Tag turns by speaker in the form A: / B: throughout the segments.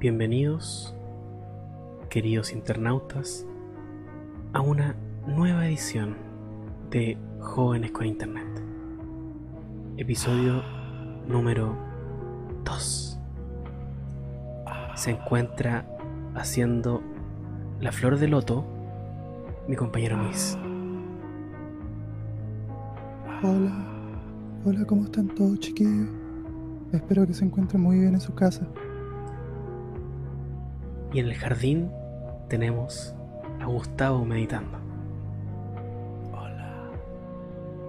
A: Bienvenidos, queridos internautas, a una nueva edición de Jóvenes con Internet. Episodio número 2. Se encuentra haciendo la flor de loto mi compañero Luis.
B: Hola, hola, ¿cómo están todos chiquillos? Espero que se encuentren muy bien en su casa.
A: Y en el jardín tenemos a Gustavo meditando.
C: Hola,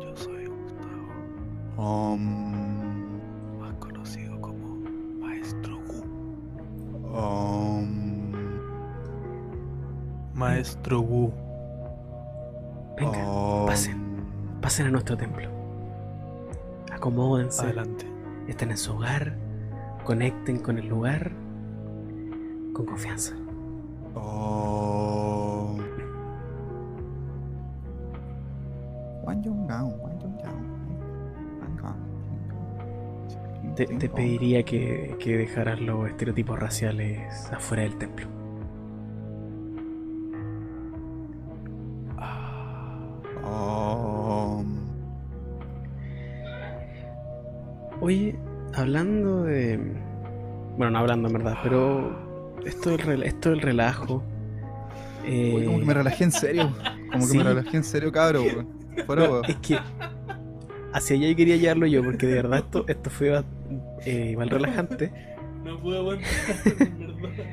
C: yo soy Gustavo,
B: Om,
C: más conocido como Maestro Wu.
B: om,
C: Maestro Wu.
A: Venga,
B: om.
A: pasen. pasen a nuestro templo. Acomódense.
C: Adelante.
A: Estén en su hogar, conecten con el lugar con confianza.
B: Om. Wan Yong Gao, Wan Yong Gao, Wan Gao.
A: Te, te pediría que, que dejaras los estereotipos raciales afuera del templo.
B: Om.
A: Oye, hablando de. Bueno, no hablando en verdad, pero esto del, rela- esto del relajo. eh,
B: Uy, como que me relajé en serio. Como que
A: sí.
B: me relajé en serio, cabro, weón. Fuera, weón.
A: Es que hacia allá quería llevarlo yo, porque de verdad esto, esto fue ba- eh, igual relajante.
D: No pude aguantar, en verdad.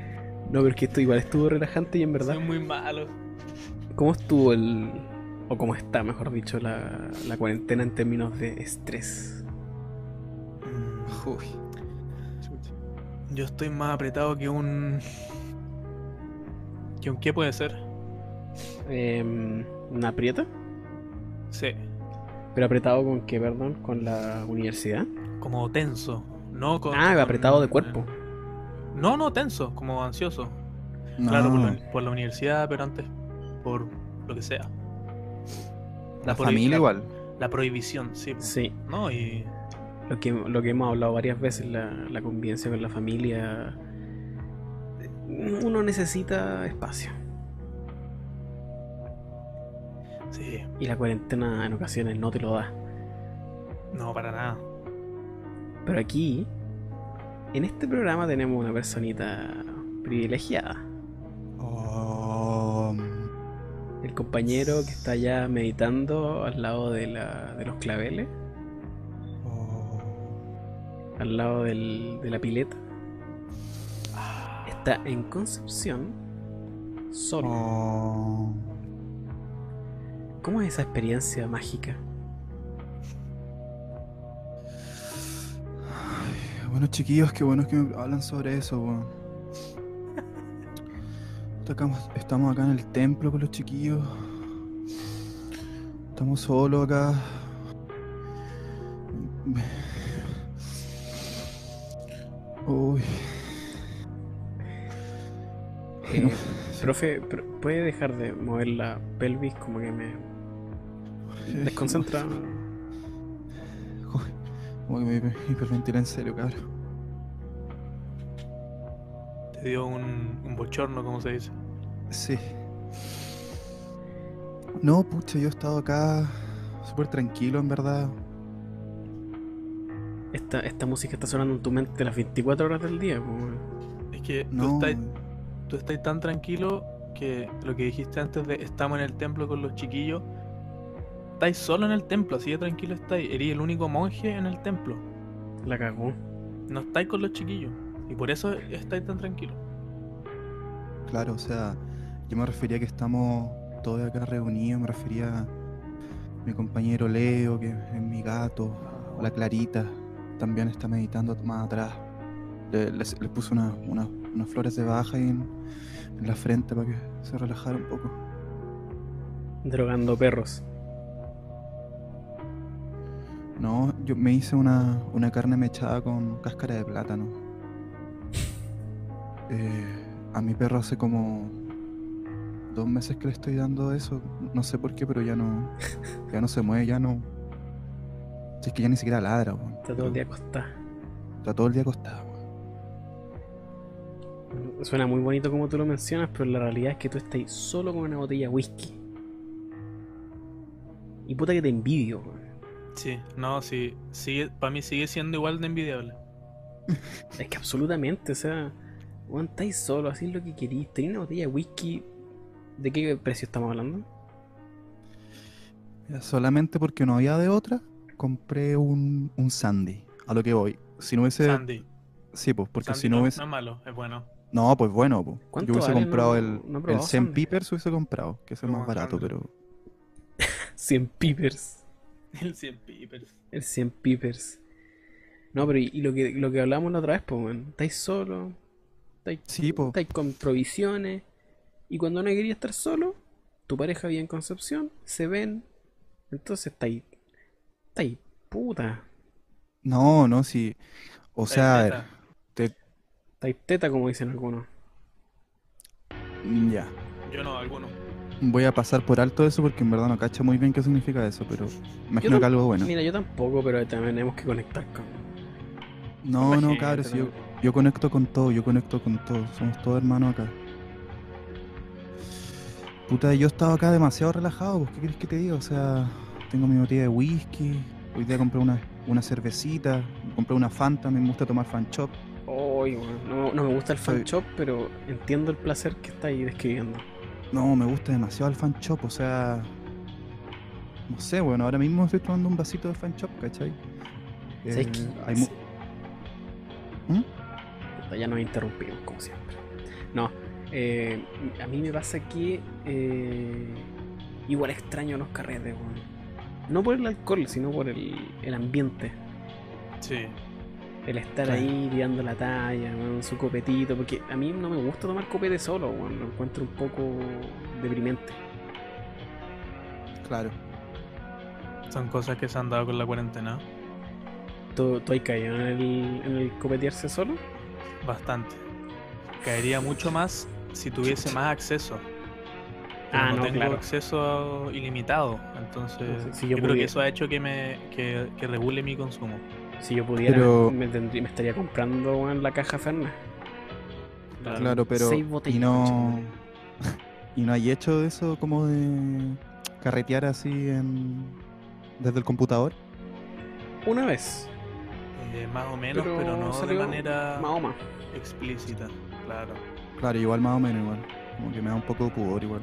A: No, porque esto igual estuvo relajante y en verdad.
D: Soy muy malo.
A: ¿Cómo estuvo el. o cómo está, mejor dicho, la, la cuarentena en términos de estrés?
B: Uy. Chucha.
C: Yo estoy más apretado que un. ¿Que un qué puede ser?
A: Eh, ¿Una aprieta?
C: Sí,
A: ¿Pero apretado con qué, perdón? ¿Con la universidad?
C: como tenso. No con,
A: Ah,
C: con-
A: apretado de cuerpo.
C: No, no, tenso, como ansioso.
A: Ah.
B: No.
C: Claro, por la, por la universidad, pero antes por lo que sea.
B: La
C: por-
B: familia
C: la-
B: igual.
C: La prohibición, sí.
A: Sí,
C: No, y.
A: lo que, lo que hemos hablado varias veces, la, la convivencia con la familia. Uno necesita espacio.
C: Sí,
A: Y la cuarentena en ocasiones no te lo da.
C: no, para nada.
A: Pero aquí, en este programa, tenemos una personita privilegiada.
B: Oh. Om.
A: El compañero que está allá meditando al lado de, la, de los claveles,
B: Om.
A: al lado del- de la pileta. Está en Concepción,
B: Oh.
A: solo.
B: Om.
A: ¿Cómo es esa experiencia mágica?
B: Ay, Bueno, chiquillos, qué bueno que me hablan sobre eso, weón. Estamos, estamos acá en el templo con los chiquillos. Estamos solos acá. Uy.
A: Eh, profe, pro- ¿puede dejar de mover la pelvis? Como que me desconcentra.
B: Joder, Como que me hiper- hiperventilé en serio, cabrón.
C: Te dio un, un bochorno, como se dice.
B: Sí. No, pucha, yo he estado acá súper tranquilo, en verdad.
A: Esta, esta música está sonando en tu mente las 24 horas del día. po, weón.
C: Es que
B: No.
C: tú, estás, tú estás tan tranquilo que lo que dijiste antes de estamos en el templo con los chiquillos, estáis solo en el templo, así de tranquilo estáis. Eres el único monje en el templo.
A: La cagó.
C: No estáis con los chiquillos. Y por eso estáis tan tranquilo.
B: Claro, o sea, yo me refería que estamos todos acá reunidos, me refería a mi compañero Leo, que es mi gato, o la Clarita, también está meditando más atrás. Le, les- les puse una- una- unas flores de baja ahí en, en la frente para que se relajara un poco.
A: Drogando perros.
B: No, yo me hice una, una carne mechada con cáscara de plátano. Eh, a mi perro hace como dos meses que le estoy dando eso. No sé por qué, pero ya no, ya no se mueve, ya no. Si es que ya ni siquiera ladra, weón.
A: Está todo el día acostado.
B: Está todo el día acostado, weón.
A: Suena muy bonito como tú lo mencionas, pero la realidad es que tú estás solo con una botella de whisky. Y puta que te envidio, weón.
C: Sí, no, sí. Sigue, para mí sigue siendo igual de envidiable.
A: Es que absolutamente, o sea, weón, estáis solo, hacéis lo que queréis. Tenéis una botella de whisky. ¿De qué precio estamos hablando?
B: Mira, Solamente porque no había de otra, compré un, un Sandy. A lo que voy. Si no hubiese.
C: Sandy.
B: Sí, pues, porque
C: Sandy
B: si no
C: no,
B: hubiese.
C: no es malo, es bueno.
B: No, pues bueno, pues.
A: ¿Cuánto
B: Yo hubiese
A: vale?
B: comprado
A: No-
B: el,
A: no he
B: el
A: probado
B: Zen
A: Sandy.
B: Peepers, hubiese comprado, que es el
C: Pero
B: más barato,
C: bacán.
B: pero.
A: 100 pipers.
D: El 100 pipers.
A: El 100 pipers. No, pero y, y lo que lo que hablábamos la otra vez, pues, weón. Estáis solo. Estáis,
B: Sí, po.
A: estáis con provisiones. Y cuando no quería estar solo, tu pareja vive en Concepción, se ven. Entonces estáis. Estáis puta.
B: No, no, sí. O sea, a ver,
C: Neta.
A: Estáis teta, como dicen algunos.
B: ya.
C: Yo no, alguno.
B: Voy a pasar por alto eso porque en verdad no cacha muy bien qué significa eso, pero imagino
A: tam-
B: que algo bueno.
A: Mira, yo tampoco, pero también tenemos que conectar con.
B: No, no,
C: imagínate,
B: cabros, si yo,
C: ¿no?
B: yo conecto con todo, yo conecto con todo. Somos todos hermanos acá. Puta, yo estaba acá demasiado relajado, pues, ¿qué crees que te digo? O sea, tengo mi botella de whisky, hoy día compré una, una cervecita, compré una Fanta, me gusta tomar fan shop.
A: Ay, weón, no, no me gusta el fan
B: Soy-
A: shop, pero entiendo el placer que está ahí describiendo.
B: No, me gusta demasiado el fan shop, o sea. No sé, bueno, ahora mismo estoy tomando un vasito de fan shop, ¿cachai?
A: ¿Sabes
B: Eh,
A: qué?
B: hay mu- ¿Mm?
A: Puta, Ya nos interrumpimos, como siempre. No, eh, a mí me pasa que eh, igual extraño los carretes, weón. No por el alcohol, sino por el, el ambiente.
C: Sí.
A: El estar
B: Claro.
A: ahí tirando la talla, weón, su copetito. Porque a mí no me gusta tomar copete solo, weón. Lo encuentro un poco deprimente.
B: Claro.
C: Son cosas que se han dado con la cuarentena.
A: ¿Tú, tú has caído en el, en el copetearse solo?
C: Bastante. Caería mucho más si tuviese más acceso. Pero
A: Ah,
C: no,
A: no,
C: tengo
A: claro.
C: acceso ilimitado. Entonces,
A: No, si- si yo
C: yo, creo que
A: pudiera-
C: eso ha hecho que me que, que regule mi consumo.
A: Si yo pudiera,
B: Pero-
A: me, tendría- me estaría comprando weón, la caja Ferna.
C: Claro.
B: Claro, pero.
A: Seis botellas,
B: y
A: concha
B: no.
A: madre.
B: y no hay hecho de eso como de carretear así en. desde el computador.
A: Una vez,
C: Eh, más o menos,
A: Pero
C: pero, no de
A: salió
C: manera
A: Mahoma.
C: explícita. Claro.
B: Claro, igual más o menos igual. Como que me da un poco de pudor igual.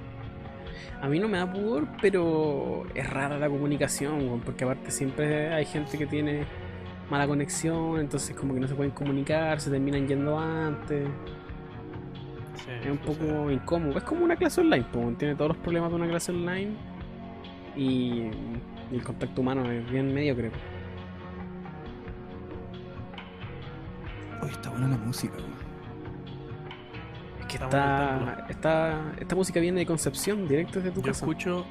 A: A mí no me da pudor, pero es rara la comunicación, weón, porque aparte siempre hay gente que tiene mala conexión, entonces como que no se pueden comunicar, se terminan yendo antes.
C: Sí,
A: Es un
C: sucede.
A: poco incómodo. Es como una clase online, po, weón, tiene todos los problemas de una clase online y y el contacto humano es bien medio, creo.
B: Uy, está buena la música, weón.
A: Es que
C: Estamos en el
A: está, está, esta música viene de Concepción, directo desde tu
C: Yo
A: casa.
C: escucho,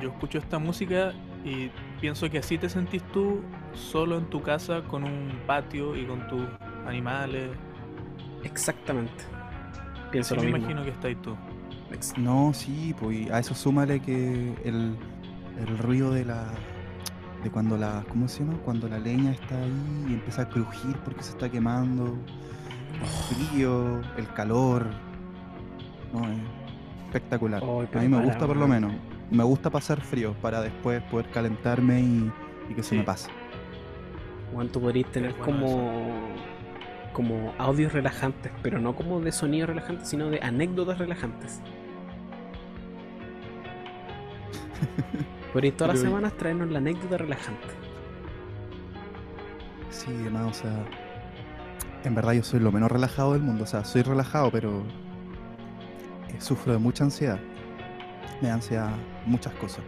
C: yo escucho esta música y pienso que así te sentís tú solo en tu casa con un patio y con tus animales.
A: Exactamente. Pienso lo
C: Yo me
A: mismo.
C: imagino que estáis tú.
A: Ex-
B: No, sí, pues y a eso súmale que el, el ruido de la. de cuando la. ¿Cómo se llama? Cuando la leña está ahí y empieza a crujir porque se está quemando. El frío, el calor. No, es espectacular.
A: Ay,
B: a
A: pero
B: mí me
A: para,
B: gusta por lo
A: weón.
B: menos. Me gusta pasar frío para después poder calentarme y, y que se me
C: Sí.
B: pase.
A: Juan, tú podrías tener
C: Es bueno
A: como, como audios relajantes, pero no como de sonidos relajantes, sino de anécdotas relajantes. Podrías todas las
B: Pero-
A: semanas traernos la anécdota relajante.
B: Sí, además, o sea. En verdad yo soy lo menos relajado del mundo. O sea, soy relajado, pero eh, sufro de mucha ansiedad. Me da ansiedad muchas cosas.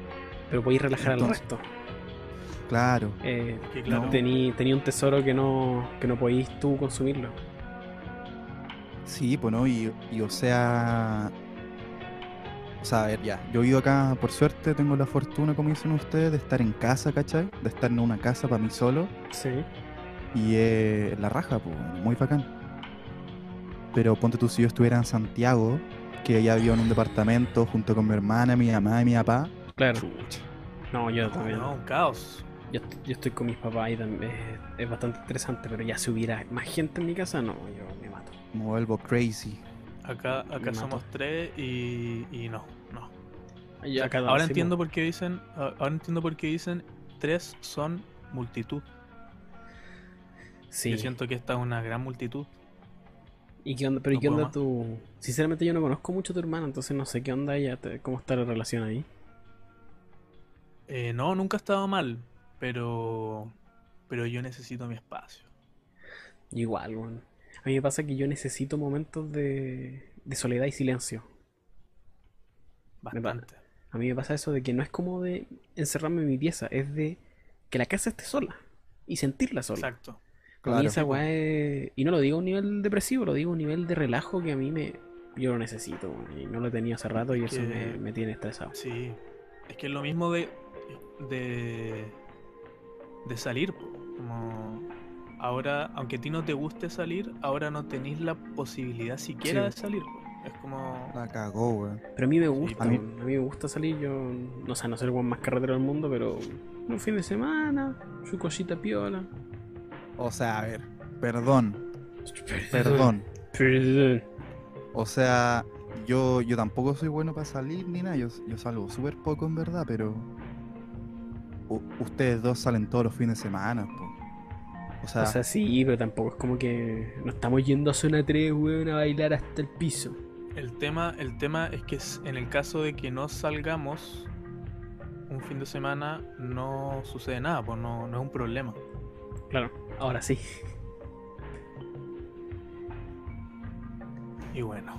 A: Pero podéis relajar
B: Entonces-
A: al resto.
B: Claro,
A: Eh,
C: Que claro,
B: No.
A: tení, tení un tesoro que no, que no podéis tú consumirlo.
B: sí, pues no, y, y, o sea. O sea, a ver, ya. Yo he ido acá, por suerte, tengo la fortuna, como dicen ustedes, de estar en casa, ¿cachai? De estar en una casa para mí solo.
A: Sí.
B: Y eh, la raja, pues, muy bacán. Pero ponte tú, si yo estuviera en Santiago, que ya vivo en un departamento junto con mi hermana, mi mamá y mi papá.
A: Claro.
B: Chucha.
A: No, yo
C: no,
A: también.
C: ah, no, un caos.
A: Yo, est- yo estoy con mis papás y también es, es bastante interesante, pero ya si hubiera más gente en mi casa, no, yo me mato.
B: Me vuelvo crazy.
C: Acá, acá
A: Me
C: somos
A: mato.
C: tres y, y no, no.
A: Ya,
C: O sea,
A: cada-
C: Ah, ahora
A: sí, pues.
C: entiendo por qué dicen, a- ahora entiendo por qué dicen tres son multitud.
A: Sí.
C: Yo siento que esta es una gran multitud.
A: ¿Y qué onda? Pero ¿y
C: No
A: qué
C: puedo
A: onda
C: más.
A: tu...? Sinceramente yo no conozco mucho a tu hermana, entonces no sé qué onda ella, te- cómo está la relación ahí.
C: Eh, no, nunca estaba mal, pero pero yo necesito mi espacio.
A: Igual, bueno. A mí me pasa que yo necesito momentos de, de soledad y silencio.
C: Bastante.
A: A mí me pasa eso de que no es como de encerrarme en mi pieza, es de que la casa esté sola y sentirla sola.
C: Exacto.
A: A mí
B: Claro.
A: esa
C: Sí, po.
A: weá es- Y no lo digo a un nivel depresivo, lo digo a un nivel de relajo que a mí me... Yo lo necesito, weón, y no lo he tenido hace rato y eso
C: Que-
A: me, me tiene estresado.
C: Sí. Es que es lo mismo de de de salir, po. como ahora aunque a ti no te guste salir, ahora no tenéis la posibilidad siquiera
A: Sí.
C: de salir. po. Es como
B: La cagó, weón.
A: Pero a mí me gusta,
B: a mí-
A: weón, a mí me gusta salir, yo... No sé, no soy el weón más carretero del mundo, pero... Un fin de semana, su cosita piola.
B: O sea, a ver. Perdón, perdón.
A: Perdón.
B: O sea, yo, yo tampoco soy bueno para salir ni nada. Yo, yo salgo súper poco en verdad, pero. u- ustedes dos salen todos los fines de semana, po. O sea,
A: O sea, sí, pero tampoco es como que nos estamos yendo a zona 3, weón, a bailar hasta el piso.
C: El tema, el tema es que s- en el caso de que no salgamos un fin de semana no sucede nada, pues no, no es un problema.
A: Claro, ahora sí.
C: Y bueno,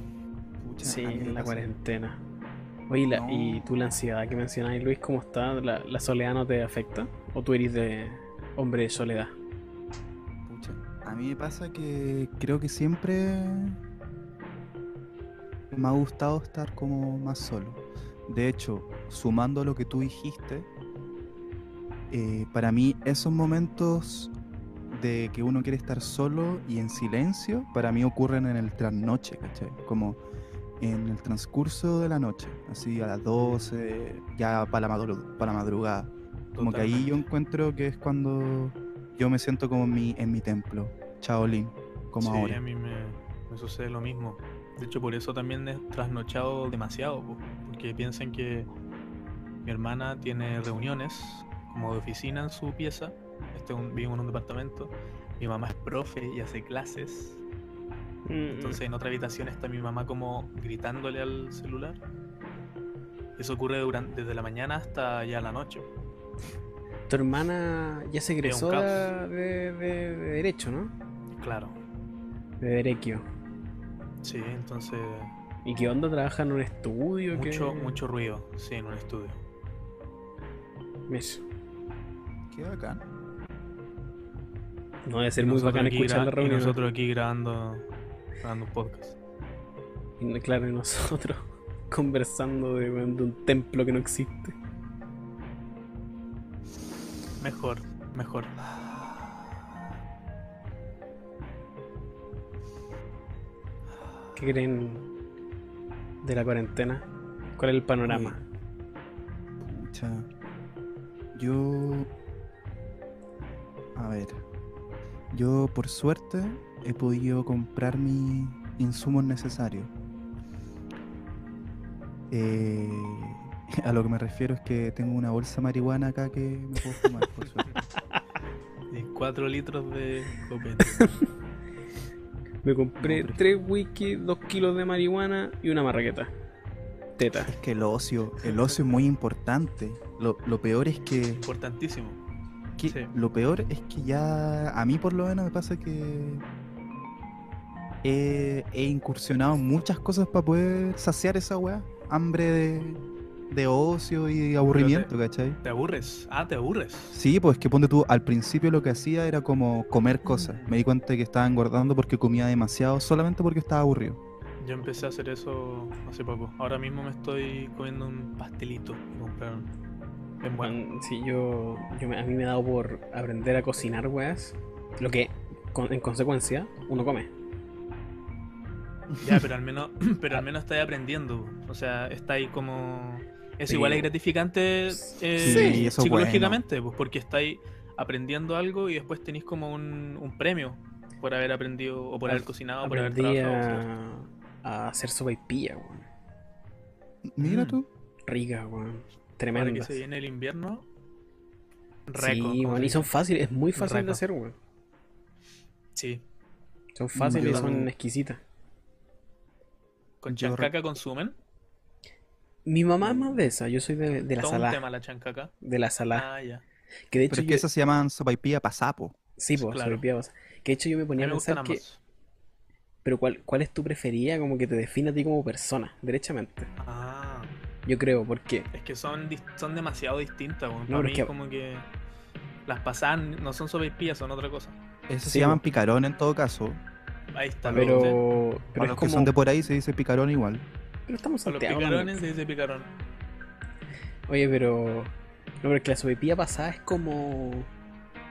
B: pucha,
A: Sí,
B: a mí me
A: en la
B: pasa-
A: cuarentena. Oye, la-
B: No.
A: ¿y tú la ansiedad que mencionabas, Luis, cómo está? ¿La, la soledad no te afecta? ¿O tú eres de hombre de soledad?
B: pucha, a mí me pasa que creo que siempre me ha gustado estar como más solo. De hecho, sumando lo que tú dijiste, eh, para mí esos momentos de que uno quiere estar solo y en silencio, para mí ocurren en el trasnoche, ¿cachai? Como en el transcurso de la noche, así a las 12, ya para la, madru- para la madrugada. Como que ahí yo encuentro que es cuando yo me siento como en mi, en mi templo, Shaolin, como
C: sí,
B: ahora.
C: a mí me, me sucede lo mismo. De hecho, por eso también he trasnochado demasiado, po, porque piensen que mi hermana tiene reuniones como de oficina en su pieza. Este es un- vivimos en un departamento. Mi mamá es profe y hace clases. Entonces en otra habitación está mi mamá como gritándole al celular. Eso ocurre duran- desde la mañana hasta ya la noche.
A: tu hermana ya se egresó
C: caos.
A: de, de- de- de Derecho, ¿no?
C: Claro.
A: De Derequio.
C: Sí, entonces
A: ¿Y qué onda? ¿Trabaja en un estudio? ¿Qué-
C: mucho, mucho ruido, sí, en un estudio.
A: Eso.
B: Qué bacán.
A: No debe
C: Y
A: ser muy
C: nosotros
A: bacán
C: aquí
A: escuchar
C: gra-
A: la
C: Y
A: reunión.
C: nosotros aquí grabando, grabando un podcast.
A: Y no- Claro, y nosotros conversando de, de un templo que no existe.
C: Mejor, mejor.
A: ¿Qué creen de la cuarentena? ¿Cuál es el panorama?
B: Pucha. Yo. A ver. Yo, por suerte, he podido comprar mis insumos necesarios. Eh, a lo que me refiero es que tengo una bolsa de marihuana acá que me puedo fumar, por suerte.
C: Y cuatro litros de copete.
A: Me compré
B: No, pero-
A: tres whisky, dos kilos de marihuana y una marraqueta. Teta.
B: Es que el ocio, el ocio es muy importante. Lo, lo peor es que,
C: Importantísimo.
B: que-
C: Sí.
B: lo peor es que ya a mí por lo menos me pasa que he, he incursionado en muchas cosas para poder saciar esa weá. Hambre de, de ocio y de aburrimiento, ¿cachai?
C: ¿Te aburres? Ah, te aburres.
B: Sí, pues que ponte tú, al principio lo que hacía era como comer cosas.
C: Mm.
B: Me di cuenta de que estaba engordando porque comía demasiado solamente porque estaba aburrido.
C: Yo empecé a hacer eso hace poco. Ahora mismo me estoy comiendo un pastelito que compraron. Bien bueno.
A: Bueno, sí, yo, yo me- a mí me ha dado por aprender a cocinar weas. Lo que, con- en consecuencia, uno come.
C: Ya, pero al menos, pero al menos estáis aprendiendo. O sea, estáis como. Es
A: Sí.
C: igual es gratificante eh,
A: Sí,
B: eso es bueno.
C: psicológicamente, pues, porque estáis aprendiendo algo y después tenéis como un, un premio. por haber aprendido, o por
A: Al-
C: haber cocinado, Ah, por haber
A: Aprendí
C: trabajado. ¿cierto?
A: a, a hacer sopa y pilla, weón.
B: Mira
C: Mm.
B: tú.
A: Rica, weón.
C: Ahora que
A: Tremendas.
C: se viene el invierno. reco,
A: Sí,
C: como
A: weón,
C: se
A: y son
C: dice.
A: fáciles, es muy fácil de
C: Reco.
A: hacer, weón.
C: Sí,
A: Son fáciles y
B: Yo-
A: son exquisitas.
C: con
B: Yo re-
C: chancaca consumen.
A: Mi mamá es más de esa, yo soy de, de la
C: Todo un tema
A: salá.
C: la chancaca.
A: De la salá.
C: Ah, ya.
A: Que de
B: Pero
A: hecho
B: es que
A: yo-
B: esas se llaman sopaipilla pasapo.
A: Sí, pues,
C: claro.
A: Que de hecho yo me
C: A mí
A: ponía a
C: me gustan
A: pensar que.
C: ambas.
A: Pero cuál, cuál es tu preferida, como que te define a ti como persona, derechamente.
C: Ah,
A: Yo creo, porque
C: es que son, dis- son demasiado distintas, weón.
A: No,
C: Para
A: pero
C: mí
A: es que-
C: como que las pasadas no son sopaipillas, son otra cosa.
B: Esas
A: Sí,
B: se llaman picarón en todo caso.
C: Ahí está. ¿lo
A: pero,
C: viste?
A: pero
B: Para
A: es
B: los que
A: como
B: son de por ahí se dice picarón igual.
A: pero estamos
C: Con los
A: salteados
C: picarones se dice picarón.
A: Oye, pero no, pero es que la sopaipilla pasada es como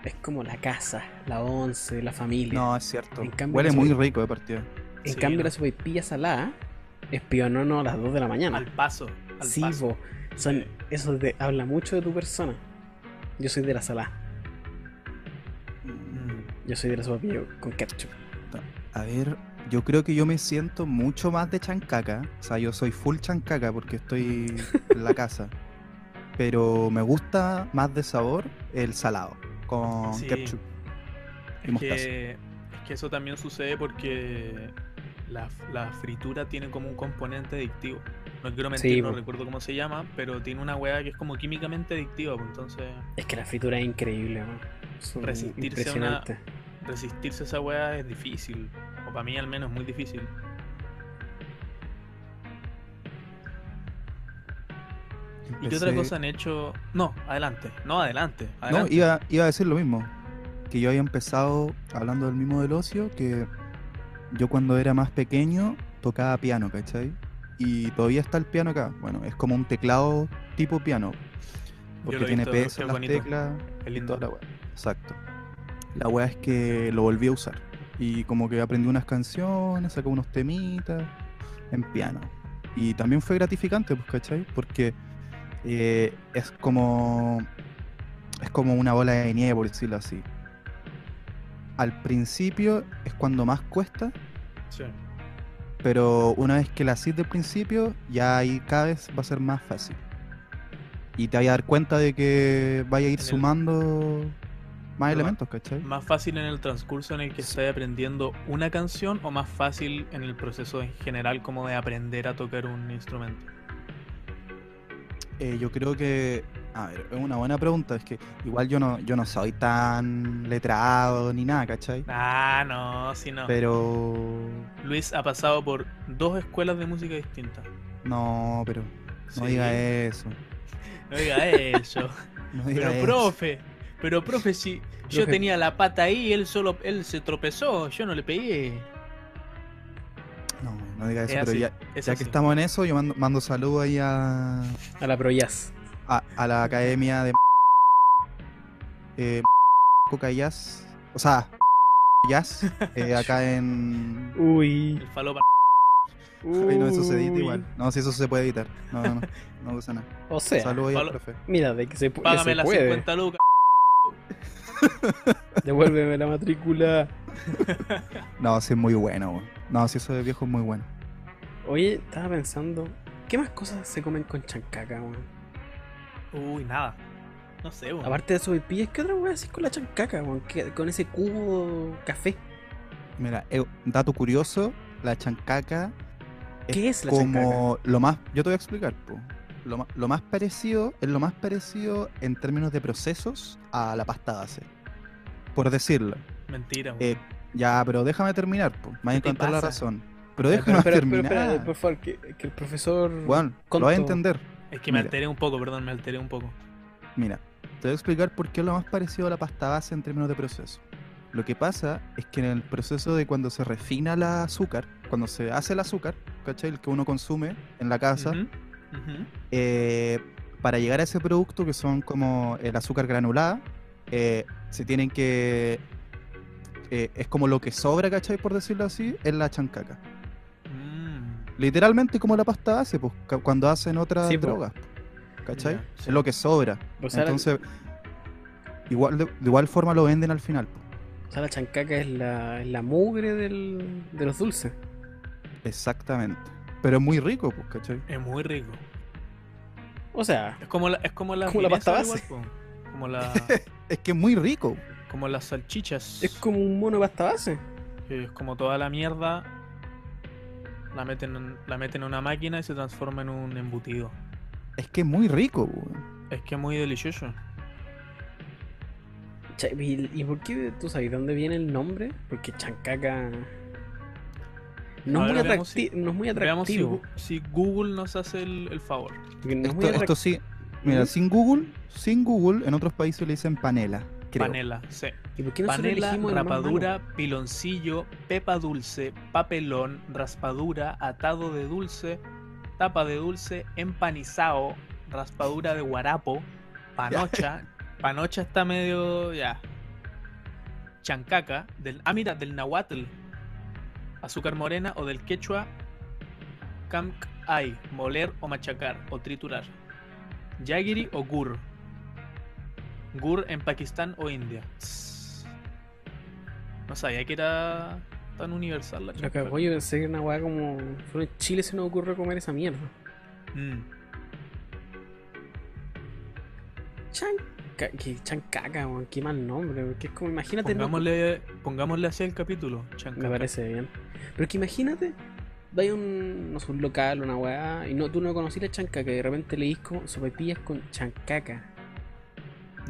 A: es como la casa, la once, la familia.
B: No, es cierto.
A: En cambio,
B: Huele
A: eso-
B: muy rico de partida.
A: en
C: sí,
A: cambio
C: no.
A: la sopaipilla salada es pionono a las 2 de la mañana.
C: Al paso. Al
A: sí,
C: paso.
A: po. son
C: Sí.
A: eso de- habla mucho de tu persona. Yo soy de la salada,
C: Mm.
A: yo soy de la sopaipilla con ketchup.
B: A ver, yo creo que yo me siento mucho más de chancaca. O sea, yo soy full chancaca porque estoy en la casa. Pero me gusta más de sabor el salado con
C: Sí.
B: ketchup. y
C: Es
B: mostaza.
C: que, es que eso también sucede porque la, la fritura tiene como un componente adictivo. No quiero mentir,
A: Sí,
C: no
A: po.
C: recuerdo cómo se llama, pero tiene una weá que es como químicamente adictiva, pues, entonces
A: Es que la fritura es increíble, weón. Son
C: Resistirse a una-
A: impresionantes.
C: resistirse a esa weá es difícil. O para mí al menos muy difícil. ¿Y qué otra
B: Empecé-
C: cosa han hecho? No, adelante, no, adelante.
B: No,
C: adelante.
B: iba, iba a decir lo mismo. Que yo había empezado hablando del mismo del ocio, que yo cuando era más pequeño tocaba piano, ¿cachai? Y todavía está el piano acá. Bueno, es como un teclado tipo piano.
C: Yo
B: Porque
C: lo he
B: tiene
C: visto,
B: peso
C: qué
B: en las
C: bonito.
B: teclas
C: Es
B: y
C: lindo.
B: toda la weá. Mm. Exacto. La weá es que lo volví a usar. Y como que aprendí unas canciones, sacó unos temitas en piano. Y también fue gratificante, pues, ¿cachai? Porque eh, es como. Es como una bola de nieve, por decirlo así. Al principio es cuando más cuesta,
C: Sí.
B: pero una vez que la haces del principio, ya ahí cada vez va a ser más fácil. Y te vas a dar cuenta de que vaya a ir
C: En el-
B: sumando más
C: Lo- Mm.
B: elementos, ¿cachai?
C: ¿Más fácil en el transcurso en el que estás aprendiendo una canción o más fácil en el proceso en general como de aprender a tocar un instrumento?
B: Eh, yo creo que, a ver, es una buena pregunta, es que igual yo no, yo no soy tan letrado ni nada, ¿cachai?
C: Ah, no, si no.
B: Pero,
C: Luis ha pasado por dos escuelas de música distintas.
B: no, pero, no
C: Sí,
B: diga eso,
C: No diga eso.
B: no diga
C: pero
B: eso.
C: profe, pero profe, si yo
A: Profe.
C: tenía la pata ahí, él solo, él se tropezó, yo no le pegué.
B: No, no diga eso,
C: Es
B: pero
C: así,
B: ya,
C: es
B: ya que
C: así.
B: estamos en eso, yo mando, mando saludos ahí a,
A: A la Proyas.
B: a, a la academia de eh, Coca Jazz, o sea, Jazz, eh, acá en...
A: Uy.
C: El falopa.
B: Ay, no, eso se edita igual. No, si eso se puede editar. No, no, no, no pasa nada.
A: O sea,
B: Saludos ahí al
C: Pablo-
B: profe.
A: mira, de que se, pu- que
C: Págame
A: se
C: las
A: puede.
C: 50 lucas.
A: Devuélveme la matrícula.
B: No, sí es muy bueno, weón. No, sí eso de viejo es muy bueno.
A: Oye, estaba pensando, ¿qué más cosas se comen con chancaca, weón?
C: Uy, nada. No sé, weón.
A: Aparte de sopaipillas, ¿qué otra weá haces con la chancaca, weón? ¿Qué- Con ese cubo café.
B: Mira, eh, dato curioso, la chancaca
A: ¿Qué es la chancaca?
B: como lo más... Yo te voy a explicar, po. Lo, ma- lo más parecido, es lo más parecido en términos de procesos a la pasta base. Por decirlo.
C: Mentira, weón.
B: Eh, ya, pero déjame terminar, po. Me vas a
C: ¿Qué te
B: encontrar la
C: pasa?
B: razón. Pero
A: Ya,
B: déjame
A: espera, espera,
B: terminar.
A: espera, por favor, que, que el profesor...
B: Bueno, lo vas a
A: Conto.
B: entender.
C: Es que me
B: mira.
C: alteré un poco, perdón, me alteré un poco.
B: Mira, te voy a explicar por qué es lo más parecido a la pasta base en términos de proceso. Lo que pasa es que en el proceso de cuando se refina el azúcar, cuando se hace el azúcar, ¿cachai? El que uno consume en la casa,
C: Ujú, ujú.
B: eh, para llegar a ese producto que son como el azúcar granulada, eh, se tienen que... eh, es como lo que sobra, ¿cachai? Por decirlo así, es la chancaca.
C: Mm,
B: Literalmente como la pasta base, pues, ca- cuando hacen otras
A: Sí, po.
B: drogas, ¿cachai?
C: Ya, sí.
B: Es lo que sobra.
A: O sea, la-
B: Entonces, igual de, de igual forma lo venden al final. po.
A: o sea, la chancaca es la, es la mugre del, de los dulces.
B: Exactamente. Pero es muy rico, pues, ¿cachai?
C: Es muy rico.
A: O sea,
C: Es como la, es como las
A: Como la pasta
C: minesas igual, po. como, la-
B: Es que es muy rico.
C: como las salchichas.
A: es como un mono de pasta base.
C: que es como toda la mierda. La meten, en- la meten en una máquina y se transforma en un embutido.
B: Es que es muy rico, weón.
C: Es que es muy delicioso.
A: Cha- ¿Y, y por qué tú sabes dónde viene el nombre? Porque chancaca. No,
C: A
A: es muy,
C: ver, veamos
A: atracti- no es muy
C: Veamos si,
A: atractivo.
C: Gu- si Google nos hace el, el favor.
A: porque no es muy
B: Esto, esto
A: atrac-
B: sí. Mira,
A: ¿Mm?
B: sin Google, sin Google, en otros países le dicen panela. Creo.
C: Panela, sí.
A: ¿Y por qué nosotros
C: Panela,
A: elegimos el más
C: rapadura, piloncillo, pepa dulce, papelón, raspadura, atado de dulce, tapa de dulce, empanizao, raspadura de guarapo, panocha. panocha está medio ya. Chancaca, del, ah, mira, del nahuatl, azúcar morena o del quechua, camk ay, moler o machacar o triturar, yagiri o gur, gur en Pakistán o India. Tss. No sabía que era tan universal la
A: malo? Lo que
C: chancaca.
A: voy, yo pensé que era una weá como. Solo en Chile se nos ocurre comer esa mierda.
C: Mm.
A: Chanca... que chancaca, weón, qué mal nombre. Porque es como, imagínate. no-
C: Pongámosle, pongámosle así el capítulo, chancaca.
A: Me parece bien. Pero que imagínate, vais a un, no sé, un local, una weá, y no, tú no conocís la chancaca, y de repente leís como sopaipillas con chancaca.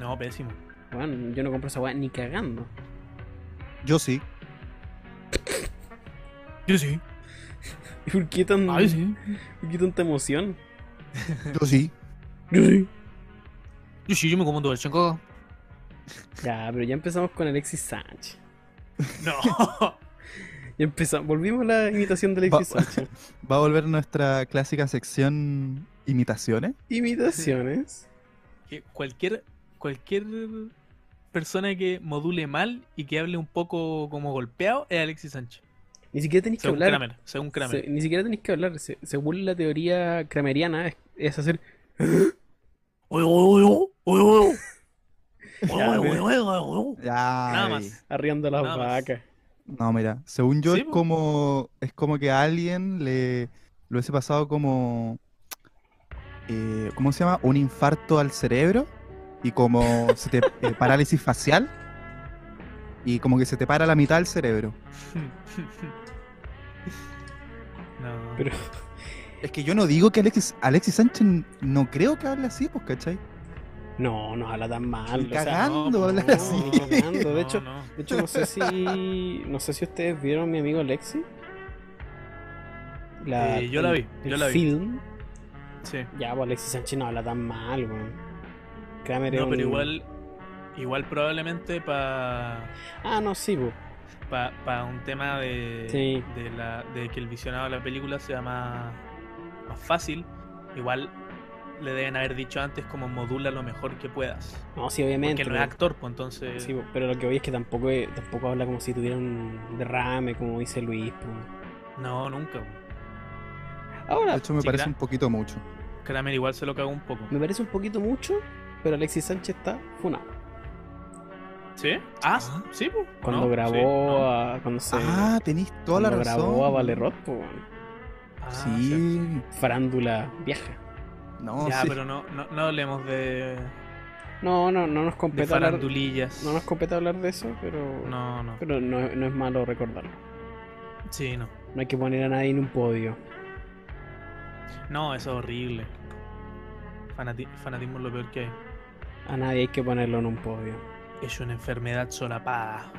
C: No, pésimo.
A: Weón, yo no compro esa weá ni cagando.
B: Yo sí.
C: Yo sí,
A: ¿Y por qué, tan,
C: ay sí,
A: por qué tanta emoción?
B: Yo sí.
C: yo sí, yo me como todo el chancaca.
A: Ya, pero ya empezamos con Alexis Sánchez.
C: No.
A: Ya empezamos, volvimos a la imitación de Alexis
B: Va-
A: Sánchez.
B: Va a volver nuestra clásica sección imitaciones.
A: Imitaciones.
C: que cualquier cualquier persona que module mal y que hable un poco como golpeado es Alexis Sánchez.
A: Ni siquiera tenéis que
C: Según
A: hablar.
C: Kramer, según Kramer.
A: se- ni siquiera tenéis que hablar. se- según la teoría krameriana, es, es hacer.
C: Oye, oye, oye, oye, oye.
A: Ya,
C: Oye,
A: pero-
C: oye, oye, oye, oye. Nada
B: Ay.
C: más.
A: Arriando las
C: Nada más.
A: vacas.
B: No, mira, según yo
C: Sí,
B: es
C: po.
B: como es como que a alguien le lo hubiese pasado como eh, ¿cómo se llama? Un infarto al cerebro y como se te eh, parálisis facial y como que se te para la mitad del cerebro.
C: No.
A: Pero.
B: Es que yo no digo que Alexis Alexis Sánchez no creo que hable así, pues, ¿cachai?
A: No, no habla tan mal.
B: Ni
A: o sea,
B: cagar. cagando,
C: pues,
B: habla así.
A: Ni cagando, de hecho-
C: no.
A: de hecho, no sé si. No sé si ustedes vieron a mi amigo Alexis.
C: Eh, yo la vi,
A: el
C: yo la vi.
A: film.
C: Sí.
A: Ya, pues Alexis Sánchez no habla tan mal, weón. Kramer es
C: No, pero
A: un-
C: igual igual probablemente para
A: Ah, no, sí, pues.
C: para un tema de,
A: Sí.
C: de, la, de que el visionado de la película sea más, más fácil, igual le deben haber dicho antes como modula lo mejor que puedas.
A: No, sí, obviamente.
C: Porque no es
A: pero-
C: actor, pues entonces...
A: Sí, po, pero lo que voy es que tampoco, eh, tampoco habla como si tuviera un derrame, como dice Luis. po.
C: No, nunca. po.
B: De
A: Ahora,
B: hecho me
C: sí,
B: parece
C: claro.
B: un poquito mucho.
C: Kramer igual se lo cagó un poco.
A: me parece un poquito mucho, pero Alexis Sánchez está funado.
C: ¿Sí? Ah,
B: Ah.
C: sí, po, ¿o
A: Cuando
C: no?
A: grabó
C: Sí, no.
A: a. Cuando se.
B: Ah, tenéis toda la
A: cuando
B: razón.
A: grabó a Valerrot, po, weón.
C: Ah, sí.
B: Sí.
A: farándula vieja.
B: No,
C: ya,
B: sí.
C: pero no, no, no hablemos de,
A: No, no, no nos
C: de
A: compete hablar.
C: farandulillas.
A: No nos compete hablar de eso, pero.
C: no, no.
A: Pero no, no es malo recordarlo.
C: Sí, no.
A: No hay que poner a nadie en un podio.
C: No, eso es horrible. Fanati- fanatismo es lo peor que hay.
A: A nadie hay que ponerlo en un podio.
C: Es una enfermedad solapada.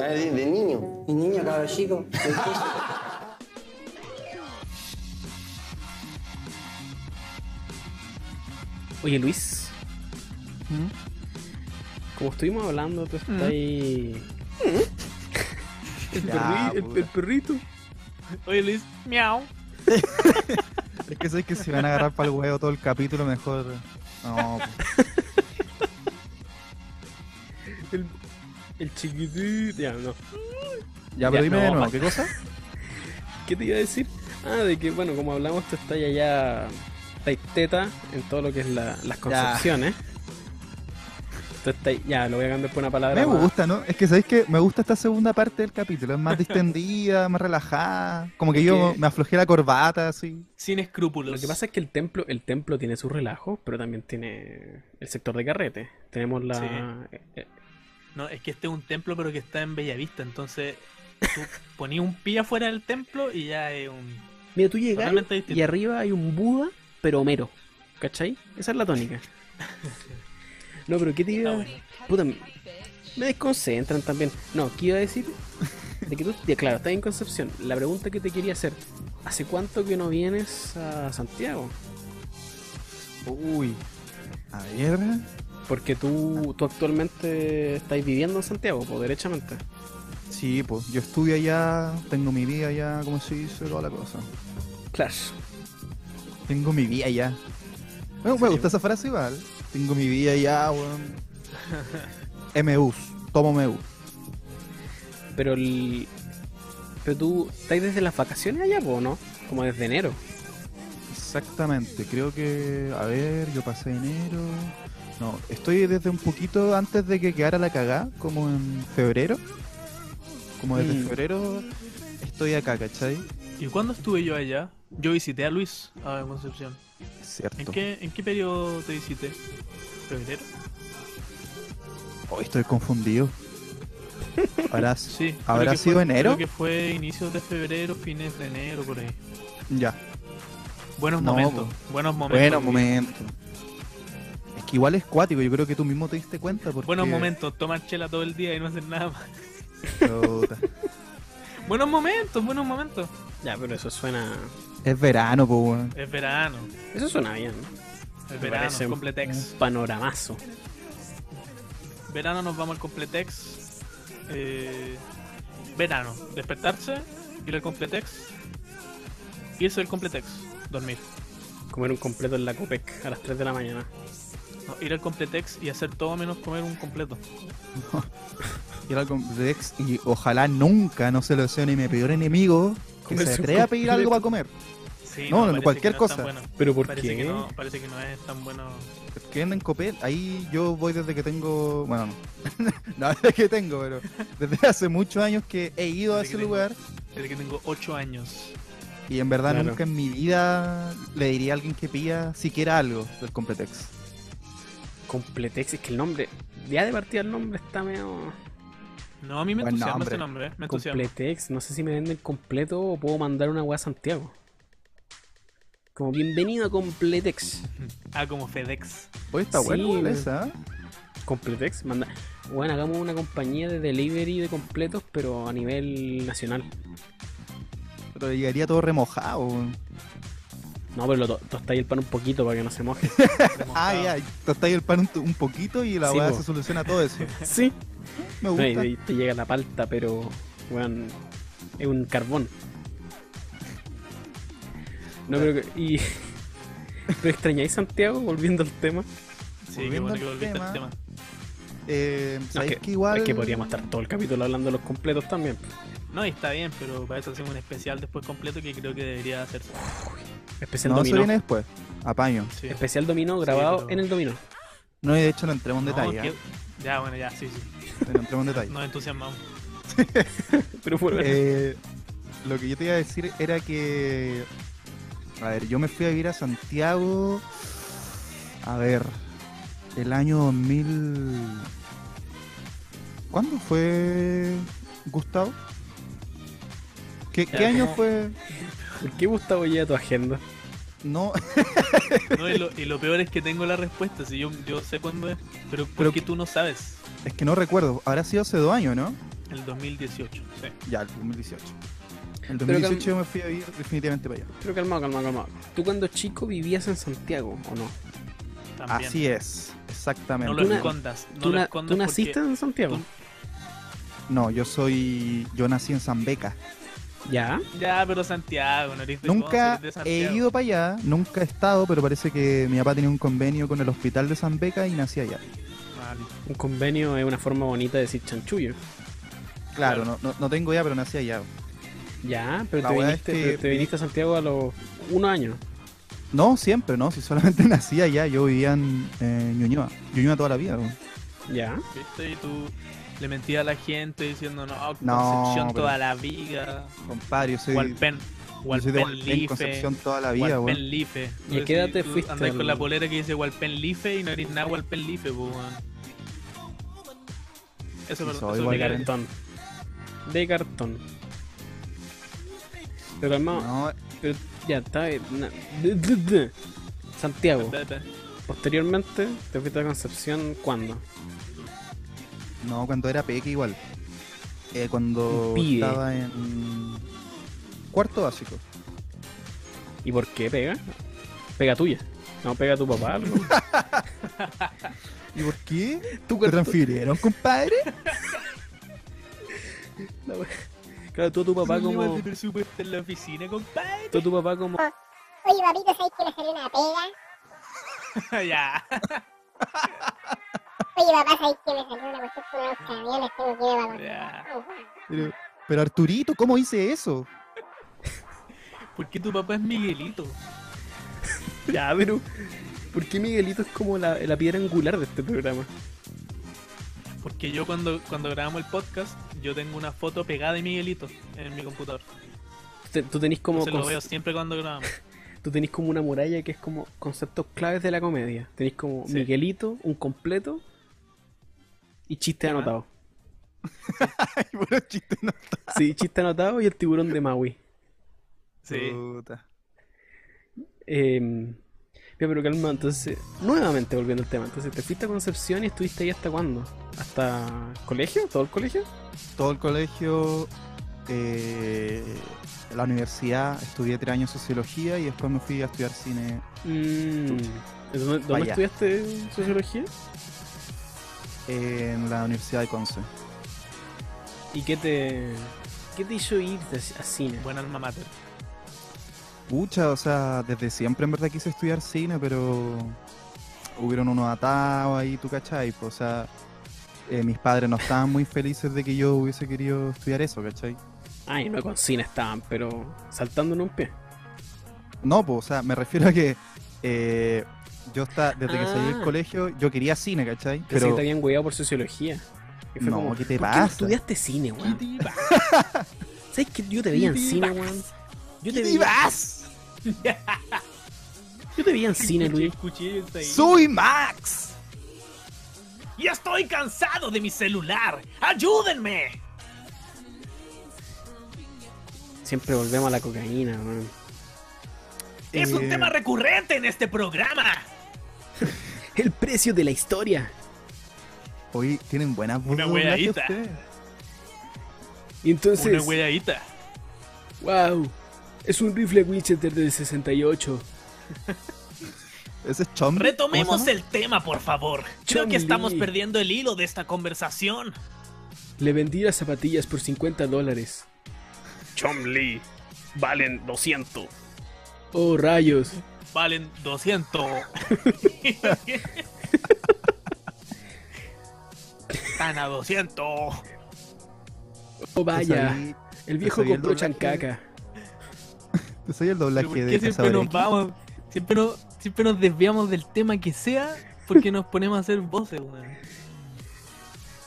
E: Ah, De, de niño.
F: Mi niño, cabrón chico.
A: Oye, Luis,
B: ¿Mm?
A: como estuvimos hablando, tú estás
C: Mm.
A: ahí. El,
B: Ya, pues,
A: perri- el-
B: puta.
A: el perrito.
C: Oye Luis, miau.
B: Es que sé que si van a agarrar para el huevo todo el capítulo, mejor. No, pues,
A: El, el chiquitito. Ya, no.
B: Ya,
A: Ya,
B: pero dime
A: no,
B: de nuevo,
A: pa-
B: ¿qué cosa?
A: ¿Qué te iba a decir? Ah, de que, bueno, como hablamos, tú estás allá. Estáis teta en todo lo que es la- las concepciones. Tú estás- ya, lo voy a cambiar por una palabra.
B: Me
A: más.
B: gusta, ¿no? Es que sabéis que me gusta esta segunda parte del capítulo. Es más distendida, más relajada. Como que
A: Es
B: yo
A: que-
B: me aflojé la corbata, así.
C: Sin escrúpulos.
A: Lo que pasa es que el templo, el templo tiene sus relajos, pero también tiene el sector de carrete. Tenemos la.
C: Sí.
A: eh,
C: No, es que este es un templo, pero que está en Bellavista. Entonces, tú ponías un pie afuera del templo y ya es un.
A: Mira, tú llegas
C: Totalmente distinto.
A: y arriba hay un Buda, pero Homero. ¿Cachai? Esa es la tónica. No, pero ¿qué te iba
C: Está
A: a
C: bueno.
A: Puta, me me desconcentran también. No, ¿qué iba a decir? De que tú, ya, claro, estás en Concepción. La pregunta que te quería hacer, ¿hace cuánto que no vienes a Santiago?
B: Uy. A ver.
A: Porque tú, tú actualmente estás viviendo en Santiago, pues derechamente.
B: Sí, pues yo estudio allá, tengo mi vida allá, como se dice, toda la cosa.
A: Claro.
B: Tengo mi vida allá. Me, me
A: Sí.
B: gusta esa frase igual. Tengo mi vida allá, weón. MUs. Tomo MU.
A: Pero el... Pero tú estás desde las vacaciones allá, po, ¿no? Como desde enero.
B: Exactamente, creo que, a ver, yo pasé enero. No, estoy desde un poquito antes de que quedara la cagá, como en febrero. Como desde
A: Mm.
B: febrero estoy acá, ¿cachai?
C: ¿Y cuándo estuve yo allá? Yo visité a Luis a Concepción.
B: Es cierto.
C: ¿En qué, ¿En qué periodo te visité? ¿Febrero?
B: Hoy estoy confundido. Habrá,
C: Sí. creo
B: ¿Habrá
C: que
B: sido
C: fue-
B: enero?
C: Creo que fue inicios de febrero, fines de enero, por ahí.
B: Ya.
C: Buenos
B: No,
C: momentos. Buenos momentos.
B: Bueno,
C: Luis.
B: momento. Es que igual es cuático, yo creo que tú mismo te diste cuenta. Porque...
C: Buenos momentos. Tomar chela todo el día y no hacer nada más.
B: Puta.
C: Buenos momentos, buenos momentos.
A: Ya, pero eso suena...
B: Es verano, pues, weón.
C: Es verano.
A: Eso suena bien.
C: Es
A: Me
C: verano.
A: parece un-
C: Completex.
A: Panoramazo.
C: Verano nos vamos al Completex. Eh, verano, despertarse, ir al Completex, irse al Completex, dormir.
A: Comer un completo en la Copec a las 3 de la mañana.
C: No, ir al Completex y hacer todo menos comer un completo.
B: ir al complex y ojalá nunca no se lo sea ni mi peor enemigo que
A: Comerse
B: se
A: un
B: atreva a pedir
A: completo.
B: algo para comer.
C: Sí,
B: No, no,
C: parece
B: cualquier
C: que no es tan
B: cosa.
C: bueno.
A: ¿Pero por
C: Parece
A: qué?
C: que no, parece que no es tan bueno.
B: Que anden copel, ahí yo voy desde que tengo, bueno, no, no desde que tengo, pero desde hace muchos años que he ido a
C: Desde
B: ese
C: que tengo.
B: lugar
C: Desde que tengo 8 años.
B: y en verdad
A: Claro.
B: nunca en mi vida le diría a alguien que pida siquiera algo del completex.
A: Completex, es que el nombre, ya de partida el nombre está medio.
C: No, a mí me
B: Buen
C: entusiasma
B: nombre.
C: este nombre, eh, me entusiasma.
A: Completex, no sé si me venden completo o puedo mandar una weá a Santiago. Como bienvenido a Completex.
C: Ah, como FedEx.
B: Hoy está
A: Sí,
B: bueno igual
A: weón.
B: esa, ¿eh?
A: Completex, manda. Bueno, hagamos una compañía de delivery de completos, pero a nivel nacional.
B: pero llegaría todo remojado. weón.
A: No, pero lo to- tostáis el pan un poquito para que no se moje.
B: Ah, ya, tostáis el pan un, tu- un poquito y la
A: Sí,
B: weá
A: po.
B: se soluciona todo eso.
A: sí. No, y
B: Me
A: de
B: gusta.
A: ahí te llega la palta, pero, weón, es un carbón. No, pero, que- y, ¿pero extrañáis Santiago? Volviendo al tema.
C: Sí, qué bueno que
B: Volviendo al
C: volviste al
B: tema.
C: tema.
B: Eh,
A: No,
B: ¿sabéis
A: es
B: que, igual
A: es que podríamos estar todo el capítulo hablando de los completos también.
C: No, y está bien, pero para eso hacemos un especial después completo que creo que debería hacerse.
A: Especial
B: No, eso
A: dominó.
B: viene después. Apaño.
C: Sí.
A: Especial dominó grabado
C: pero-
A: en el dominó.
B: No, y de hecho no entremos en
C: No,
B: detalle.
C: que-
B: ¿eh?
C: Ya, bueno, ya, sí, sí.
B: No entremos en detalle.
C: Nos entusiasmamos.
A: Pero bueno,
B: Eh, lo que yo te iba a decir era que. A ver, yo me fui a vivir a Santiago. A ver. El año 2000. ¿Cuándo fue Gustavo? ¿Qué, qué
C: Ya,
B: año
C: como-
B: fue?
A: ¿por qué Gustavo llega tu agenda?
B: No,
C: No, y, lo, y lo peor es que tengo la respuesta, si yo, yo sé cuándo es,
B: Pero-
C: pero ¿por qué tú no sabes?
B: es que no recuerdo. Habrá sido hace dos años, ¿no?
C: El 2018, sí.
B: Ya, el 2018. El
A: Pero cam-
B: 2018 yo me fui a vivir definitivamente para allá.
A: Pero calmado, calmado, calmado. ¿Tú cuando chico vivías en Santiago o no?
C: También.
B: Así es, exactamente.
C: No
A: Tú
C: lo
A: na-
C: escondas, no
A: ¿Tú,
C: lo
A: na-
C: escondas
A: tú
C: porque-
A: naciste en Santiago?
B: No, yo soy. Yo nací en San Beca.
A: ¿Ya?
C: Ya, pero Santiago, no eres de
B: Nunca
C: Conce, eres de
B: he
C: Santiago.
B: ido para allá, nunca he estado, pero parece que mi papá tenía un convenio con el hospital de San Beca y nací allá.
C: Vale.
A: Un convenio es una forma bonita de decir chanchullo.
B: Claro, no, no, no tengo idea, pero nací allá.
A: Ya, pero
B: La
A: te
B: weá
A: viniste,
B: es que-
A: pero te viniste a Santiago a los unos años.
B: No, siempre, no, si solamente nací allá, yo vivía en eh, Ñuñoa. Ñuñoa toda la vida, weón.
A: Ya.
C: ¿Viste? Y tú le mentías a la gente diciendo, no,
B: No,
C: Concepción
B: pero-
C: toda la vida.
B: Compadre, yo soy,
C: Walpen,
B: yo soy de
C: Walpen
B: Hualpén,
C: Life.
B: Concepción toda la vida, weón.
C: Walpen Life.
A: ¿Y a qué edad te
C: Tú
A: fuiste
C: Andáis
A: al-
C: con la polera que dice Walpen Life y no eres nada Walpen Life, po, weón.
B: Sí,
C: Eso,
B: soy
C: perdón, eso es
A: De
B: Walpen.
C: legal.
A: cartón. De cartón. Pero calmado,
B: No,
A: ya está. eh, na- de- de- de. Santiago,
C: Espérate.
A: posteriormente te fuiste a Concepción cuando?
B: no, cuando era peque igual. Eh, cuando
A: Pibe.
B: estaba en cuarto básico.
A: ¿Y por qué pega? Pega tuya. No pega tu papá. algo.
B: ¿Y por qué? ¿Tú que transfirieron, compadre?
A: claro, tú a tu papá como.
C: presupuesto en la oficina, compadre.
A: Tú a tu papá como.
F: Oye, papito, ¿sabes que la Serena pega?
C: ya.
F: Oye, papá, ¿sabes que me salió una cuestión con unos camiones? Tengo que ir a vacunar.
C: ya.
F: Ojo.
B: Pero, pero Arturito, ¿cómo hice eso?
C: ¿Por qué tu papá es Miguelito?
A: Ya, pero. ¿Por qué Miguelito es como la, la piedra angular de este programa?
C: Porque yo cuando, cuando grabamos el podcast, yo tengo una foto pegada de Miguelito en mi computador.
A: Te- tú tenés como.
C: Entonces lo
A: cons-
C: veo siempre cuando grabamos.
A: Tú tenés como una muralla que es como conceptos claves de la comedia. Tenés como
C: Sí.
A: Miguelito, un completo y chiste
C: Ya.
A: anotado.
B: Ay, bueno, chiste, no.
A: Sí, chiste anotado y el tiburón de Maui.
C: Sí.
B: Puta.
A: Eh, mira, pero calma, entonces, nuevamente volviendo al tema. Entonces, te fuiste a Concepción y estuviste ahí hasta cuándo? ¿Hasta colegio? ¿Todo el colegio?
B: Todo el colegio, eh, la universidad, estudié tres años sociología y después me fui a estudiar cine
A: Mm, ¿Dónde, dónde
B: Vaya.
A: estudiaste sociología?
B: en la Universidad de Conce.
A: ¿Y qué te, qué te hizo ir de- a cine?
C: Buen alma mater.
B: Pucha, o sea, desde siempre en verdad quise estudiar cine, pero hubieron unos atados ahí, tú cachai, pues, o sea, eh, mis padres no estaban muy felices de que yo hubiese querido estudiar eso, cachai.
A: Ay, no con cine estaban, pero saltando en un pie.
B: No, pues, o sea, me refiero a que eh, yo está, desde que salí
A: Ah.
B: del colegio, yo quería cine, cachai,
A: Pensé
B: pero
A: que te habían hueveado por sociología. Y fue
B: No,
A: como,
B: ¿qué te
A: ¿por no
B: pasa?
A: estudiaste cine, weón? ¿Sabes que yo te veía en
C: ¿Qué te
A: cine,
C: pasa?
A: weón? Yo te veía, yo te veía en cine, Luis.
C: Escuché esta ahí.
B: soy Max.
C: ¡Y estoy cansado de mi celular! ¡Ayúdenme!
A: Siempre volvemos a la cocaína, weón.
C: ¡Es
B: Eh,
C: un tema recurrente en este programa!
A: El precio de la historia.
B: Hoy tienen buenas voces.
C: Una
B: de doblaje
C: weadita.
B: ustedes.
A: Y
C: Una
B: Pues
A: entonces,
C: hueadita.
A: wow, es un rifle Winchester del 68.
B: Ese es Chombi. ¿cómo
C: Retomemos
B: se llama?
C: el tema, por favor. Creo
A: Chun-Li.
C: que estamos perdiendo el hilo de esta conversación.
A: Le vendí las zapatillas por 50 dólares.
D: Chom Lee. Valen 200.
A: Oh, rayos.
C: Valen 200. Están a 200.
A: Oh,
B: Te
A: vaya.
B: sabí-
A: El viejo
B: sabía el
A: compró
B: doblaje.
A: chancaca.
B: te sabí el doblaje
C: Pero
B: de
C: ¿por qué siempre nos
B: Cazaberequi?
C: vamos? Siempre nos, siempre nos desviamos del tema que sea porque nos ponemos a hacer voces, weón.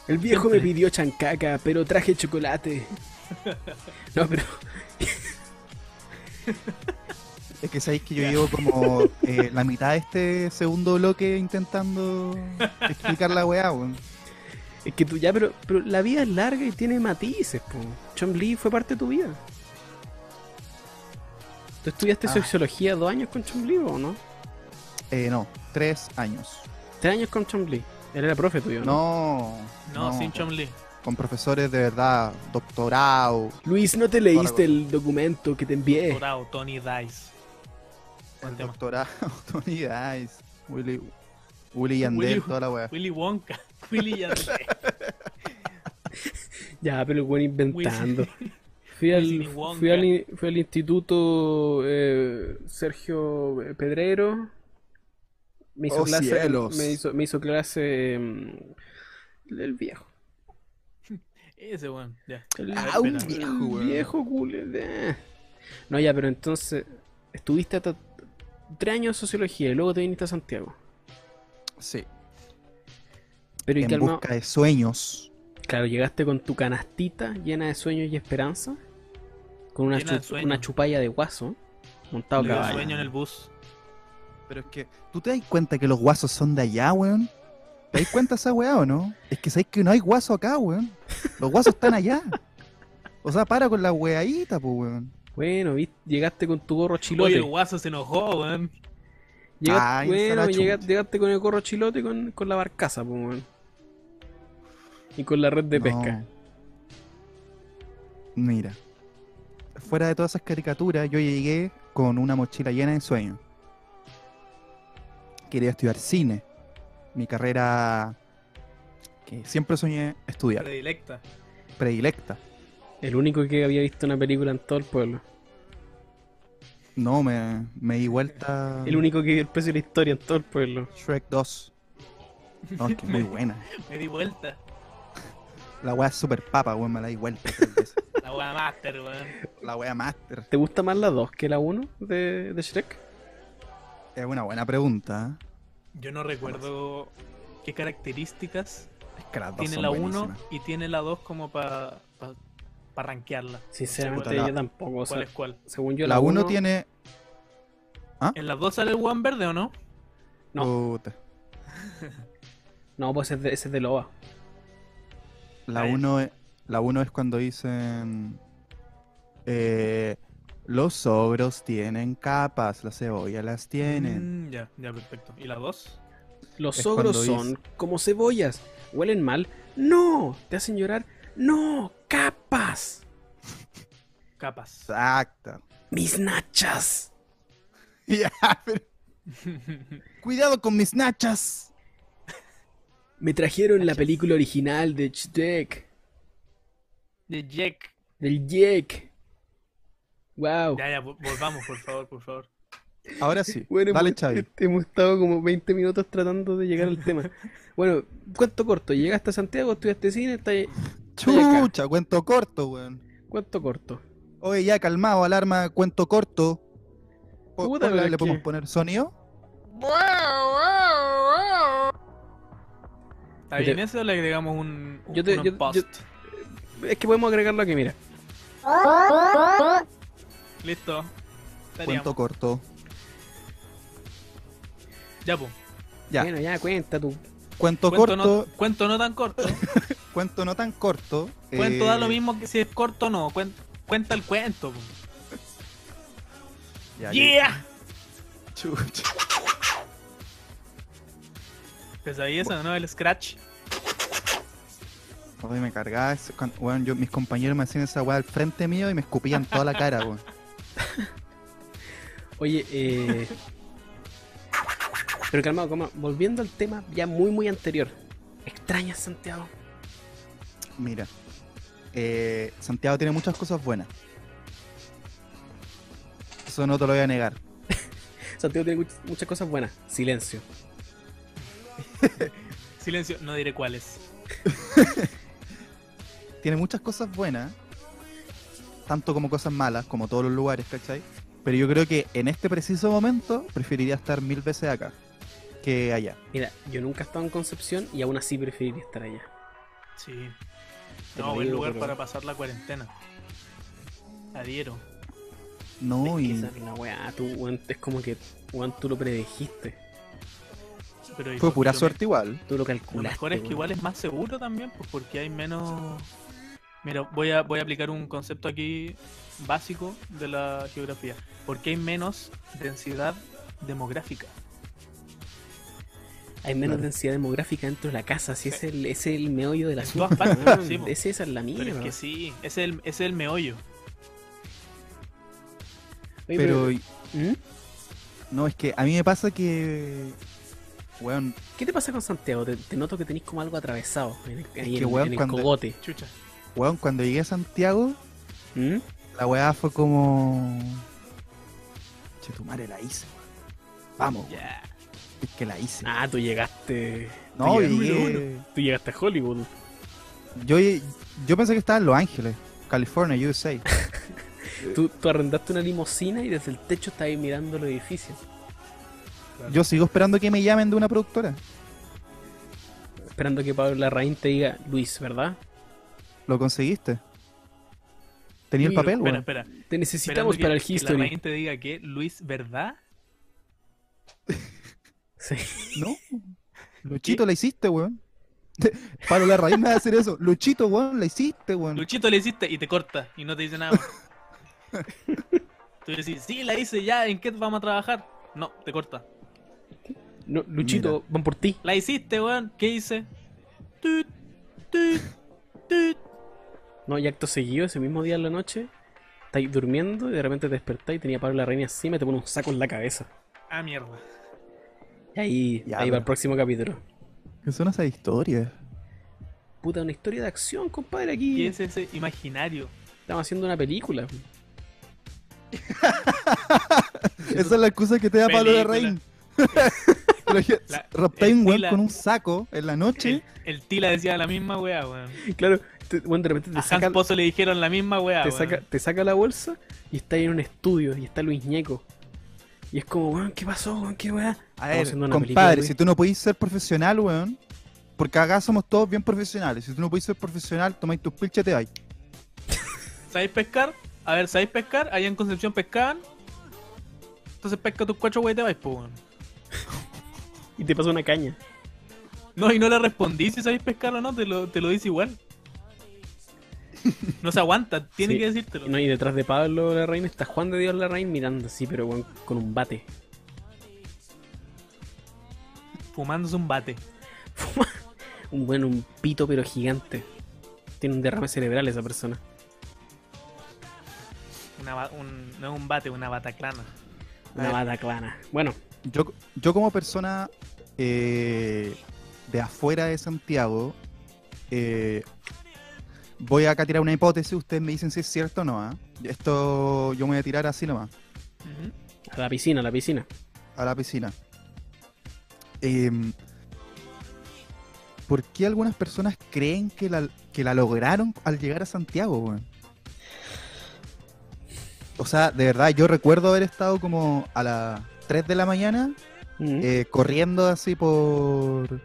A: El viejo me
C: Siempre.
A: pidió chancaca, pero traje chocolate. No, pero
B: Es que sabéis que yo llevo como eh, la mitad de este segundo bloque intentando explicar la weá, weón.
A: es que tú ya, pero, pero la vida es larga y tiene matices, po. Chom Lee fue parte de tu vida. ¿Tú estudiaste
B: Ah.
A: sociología dos años con Chom Lee o no?
B: Eh, no, tres años.
A: Tres años con Chom Lee. Él era profe tuyo, ¿no?
B: No.
C: No, sin Chom Lee.
B: Con profesores de verdad, doctorado.
A: Luis, ¿no te leíste el documento que te
B: Eh.
A: envié?
C: Dorado, Tony Dice. Buen
B: el
C: tema.
B: doctorado, Tony Dice, Willy, Willy Yandel,
C: Willy-
B: toda la weá.
C: Willy Wonka. Willy Yandel.
A: Ya, pero el weón inventando. Fui
C: Willy
A: al,
C: Wonka.
A: fui, al, in- fui al instituto eh, Sergio eh, Pedrero. Me hizo
B: ¡Oh,
A: clase.
B: cielos!
A: Me hizo, me hizo clase mm, el viejo.
C: Ese weón, ya.
A: Ah, un
C: espera.
A: viejo,
B: weón.
A: viejo culo. eh. No, ya, pero entonces estuviste hasta tres años en sociología y luego te viniste a Santiago.
B: Sí.
A: Pero y
B: en
A: calma,
B: busca de sueños.
A: claro, llegaste con tu canastita llena de sueños y esperanza, con una,
C: Llena de
A: chu-
C: sueños.
A: una chupalla de guaso, montado a
C: Le dio
A: caballo.
C: sueño en el bus.
B: Pero es que, ¿tú te das cuenta que los guasos son de allá, weón? ¿Te das cuenta esa weá o no? Es que sabéis que no hay guaso acá, weón. Los guasos están allá. O sea, para con la weadita, pues, weón.
A: Bueno, viste, llegaste con tu gorro chilote.
C: Oye, el guaso se enojó, weón.
A: Llegaste,
B: Ay,
A: bueno,
B: será chucha.
A: llega- llegaste con el gorro chilote y con, con la barcaza, pues, weón. Y con la red de
B: No.
A: pesca.
B: Mira. Fuera de todas esas caricaturas, yo llegué con una mochila llena de sueños. Quería estudiar cine. Mi carrera que siempre soñé estudiar,
C: Predilecta.
B: predilecta.
A: El único que había visto una película en todo el pueblo.
B: No, me, me di vuelta
A: El único que vio el precio de la historia en todo el pueblo.
B: Shrek 2. No, es que muy buena.
C: Me di vuelta.
B: La wea es super papa, weón, me la di vuelta. tres veces.
C: La wea master, weón.
B: La wea master.
A: ¿Te gusta más la 2 que la 1 de, de Shrek?
B: Es una buena pregunta. ¿eh?
C: Yo no recuerdo qué características
B: Es que las dos
C: tiene
B: son
C: la 1
B: buenísimas.
C: y tiene la 2 como para pa, pa rankearla.
A: Sinceramente,
B: Puta, la-
A: yo tampoco. o sea,
C: ¿Cuál es cuál?
A: según yo,
B: La 1
A: uno-
B: tiene.
C: ¿En las dos sale el One Verde o no?
A: No.
B: Puta.
A: No, pues es de, ese es de Loa.
B: La
C: Ah, ya.
B: 1 es, la uno es cuando dicen. eh, los ogros tienen capas, las cebollas las tienen.
C: Mm, ya, ya, perfecto. ¿Y la 2?
A: Los
B: Es
A: ogros
B: cuando
A: son como cebollas. ¿Huelen mal? ¡No! ¿Te hacen llorar? ¡No! ¡Capas!
C: Capas.
B: Exacto.
A: ¡Mis nachas!
B: Ya, pero- Cuidado con mis nachas.
A: Me trajeron la película original de Shrek.
C: De Jack.
A: Del Jack. Wow.
C: Ya, ya, vo- volvamos, por favor, por favor.
B: Ahora sí. Dale,
A: pues,
B: Chavi.
A: este, Hemos estado como 20 minutos tratando de llegar al tema. Bueno, cuento corto. Llegaste a Santiago, estudiaste cine, está ahí- acá.
B: Chucha, cuento corto, weón.
A: Cuento corto.
B: Oye, ya calmado, alarma, cuento corto. Po-
A: Puta,
B: ponle-
A: pero es
B: ¿Le podemos
A: que-
B: poner sonido?
C: ¿Está
A: Yo te-
C: bien eso o le agregamos un, un,
A: Yo te-
C: un
A: yo-
C: post?
A: yo- Es que podemos agregarlo aquí, mira.
C: Listo. Estaríamos.
B: Cuento corto.
C: Ya, pues.
B: Ya.
A: Bueno, ya cuenta tú.
B: Cuento,
C: Cuento,
B: corto,
C: no, cuento no tan corto.
B: cuento no tan corto.
C: Cuento
B: eh,
C: da lo mismo que si es corto o no. Cuen- cuenta el cuento. po.
B: ya,
C: ¡Yeah!
B: ya. Chucha.
C: ¿Te sabías eso, no? El Scratch.
B: Oye, me cargaba. ese- cuan- weón, yo, mis compañeros me hacían esa weá al frente mío y me escupían toda la cara, weón.
A: Oye, eh... Pero calmado, calmado. Volviendo al tema ya muy, muy anterior. ¿Extrañas Santiago?
B: Mira. eh, Santiago tiene muchas cosas buenas. Eso no te lo voy a negar.
A: Santiago tiene much- muchas cosas buenas. Silencio.
C: Silencio, no diré cuáles.
B: tiene muchas cosas buenas, tanto como cosas malas, como todos los lugares, ¿cachai? Pero yo creo que en este preciso momento preferiría estar mil veces acá que allá.
A: Mira, yo nunca he estado en Concepción y aún así preferiría estar allá.
C: Sí.
A: Te lo
C: No, buen
A: digo,
C: lugar
A: pero-
C: para pasar la cuarentena. Adhiero.
B: No,
A: Es que
B: y
A: esa es la weá, tú, weón, es como que, weón, tú lo predejiste,
C: Pero
B: fue
C: hijo,
B: pura
C: lo me-
B: suerte igual.
A: tú lo
C: Lo
A: calculaste.
C: mejor es que
A: weón.
C: igual es más seguro también, pues porque hay menos. Mira, voy a, voy a aplicar un concepto aquí básico de la geografía. Porque hay menos densidad demográfica.
A: Hay menos
B: Claro.
A: densidad demográfica dentro de la casa, si es el, es el meollo de la
C: En
A: ciudad.
C: todas partes, sí, po.
A: Ese, esa es la mía.
C: Pero es que sí, ese es el, ese es el meollo.
B: Pero y-
A: ¿Mm?
B: no, es que a mí me pasa que. Weón,
A: ¿qué te pasa con Santiago? Te, te noto que tenés como algo atravesado en el, ahí
B: que,
A: en-
B: weón,
A: en el
B: cuando-
A: cogote.
C: Chucha.
B: weón, cuando llegué a Santiago,
A: ¿Mm?
B: la weá fue como. Che, tu madre la hice, weón. Vamos, weón,
C: Ya.
B: es que la hice.
A: Ah, tú llegaste.
B: no,
A: tú llegaste,
B: llegué.
A: tú llegaste a Hollywood.
B: Yo, yo pensé que estaba en Los Ángeles, California, USA. Eh.
A: Tú, tú arrendaste una limusina y desde el techo estabas mirando los edificios.
B: Yo sigo esperando que me llamen de una productora.
A: Esperando que Pablo Larraín te diga, Luis, ¿verdad?
B: ¿Lo conseguiste? ¿Tenía el
A: Mira,
B: papel,
C: Espera,
B: weón?
C: espera.
A: Te necesitamos
C: Esperando
A: para
C: que-
A: el history.
C: Que la Rain te diga que Luis, ¿verdad?
A: Sí.
B: No. Luchito, la hiciste, weón. Pablo Larraín me va a decir eso. Luchito, weón, la hiciste, weón.
C: Luchito le hiciste y te corta y no te dice nada. más. Tú decís, sí, la hice ya, ¿en qué vamos a trabajar? No, te corta.
A: No, Luchito, van por ti.
C: La hiciste, weón, ¿qué hice? Tut, tut, tut.
A: No, y acto seguido, ese mismo día en la noche, estáis durmiendo y de repente te despertáis y tenía a Pablo Larraín encima y te pone un saco en la cabeza.
C: Ah, mierda.
A: Y ahí,
B: Ya,
A: ahí va
B: pues. pero-
A: el próximo capítulo.
B: ¿Qué son esas historias?
A: Puta, una historia de acción, compadre,
C: ¿Qué
A: aquí.
C: es ese imaginario?
A: Estamos haciendo una película.
B: Esa es la excusa que te da Pablo
C: Película.
B: Larraín. Imagínate,
C: La-
B: Raptáis un
C: el
B: weón
C: Tila-
B: con un saco en la noche.
C: El, el Tila decía la misma weá, weón.
A: Y claro, te- bueno, de repente
C: A
A: te
C: Hans
A: saca,
C: Pozo le dijeron la misma weá,
A: te,
C: weón.
A: saca, te saca la bolsa y está ahí en un estudio y está Luis Ñeco. Y es como, weón, ¿qué pasó, weón? ¿Qué weá?
B: A
A: Estamos
B: ver,
A: haciendo una
B: compadre,
A: película,
B: si tú no podís ser profesional, weón. Porque acá somos todos bien profesionales. Si tú no podís ser profesional, tomáis tus pilches y te vais.
C: ¿Sabéis pescar? A ver, ¿sabéis pescar? Allá en Concepción pescaban. Entonces pesca tus cuatro weá y te vais, po, weón.
A: Y te pasa una caña.
C: No, y no le respondí si sabéis pescar o no, te lo, te lo dice igual. No se aguanta, tiene
A: Sí.
C: que decírtelo.
A: No, y detrás de Pablo Larraín está Juan de Dios Larraín mirando así, pero weón, con un bate.
C: Fumándose un bate.
A: Fuma un buen un pito pero gigante. Tiene un derrame cerebral esa persona.
C: Una ba- un- no es un bate, una bataclana.
A: Una
B: ver.
C: Ah.
A: bataclana. Bueno,
B: Yo, yo como persona eh, de afuera de Santiago, eh, voy acá a tirar una hipótesis, ustedes me dicen si es cierto o no. ¿ah? Esto yo me voy a tirar así nomás,
C: Ujú.
A: a la piscina, a la piscina.
B: a la piscina. Em, ¿Por qué algunas personas creen que la, que la lograron al llegar a Santiago? weón? O sea, de verdad, yo recuerdo haber estado como a las 3 de la mañana
A: Mm.
B: eh, corriendo así por.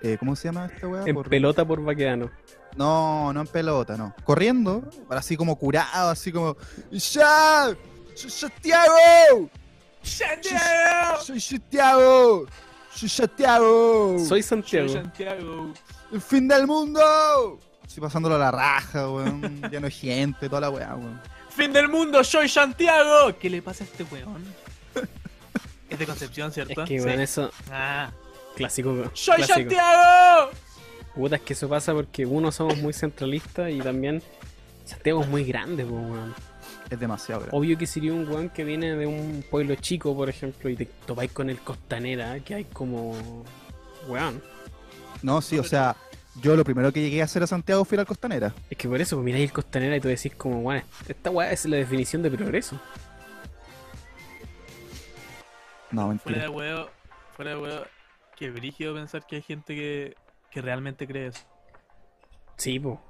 B: eh, ¿Cómo se llama esta weá?
A: en
B: Por-
A: pelota por vaquedano.
B: No, no en pelota, no. Corriendo, así como curado, así como. ¡Ya! ¡Soy Santiago!
C: ¡Santiago!
B: ¡Soy Santiago! ¡Soy Santiago!
A: Soy
C: Uh, Soy
A: Santiago.
C: Santiago.
B: ¡El fin del mundo! Estoy pasándolo a la raja, weón. ya no hay gente, toda la weá, weón.
C: ¡Fin del mundo! ¡Soy Santiago! ¿Qué le pasa a este weón? Es de Concepción, ¿cierto?
A: Es que,
C: Sí.
A: weón, eso.
C: Ah.
A: Clásico.
C: ¡Soy
A: clásico.
C: Santiago!
A: Puta, es que eso pasa porque uno somos muy centralistas y también Santiago es muy grande, po, weón.
B: Es demasiado, weón.
A: Obvio que sería un weón que viene de un pueblo chico, por ejemplo, y te topáis con el costanera, que hay como. Weón.
B: No, sí, o sea, yo lo primero que llegué a hacer a Santiago fue ir al Costanera.
A: Es que por eso, pues, miráis el costanera y tú decís como, bueno, esta weá es la definición de progreso.
B: No,
C: Fuera de
B: mentira.
C: huevo, fuera de huevo. Qué brígido pensar que hay gente que, que realmente cree eso.
A: Sí, po.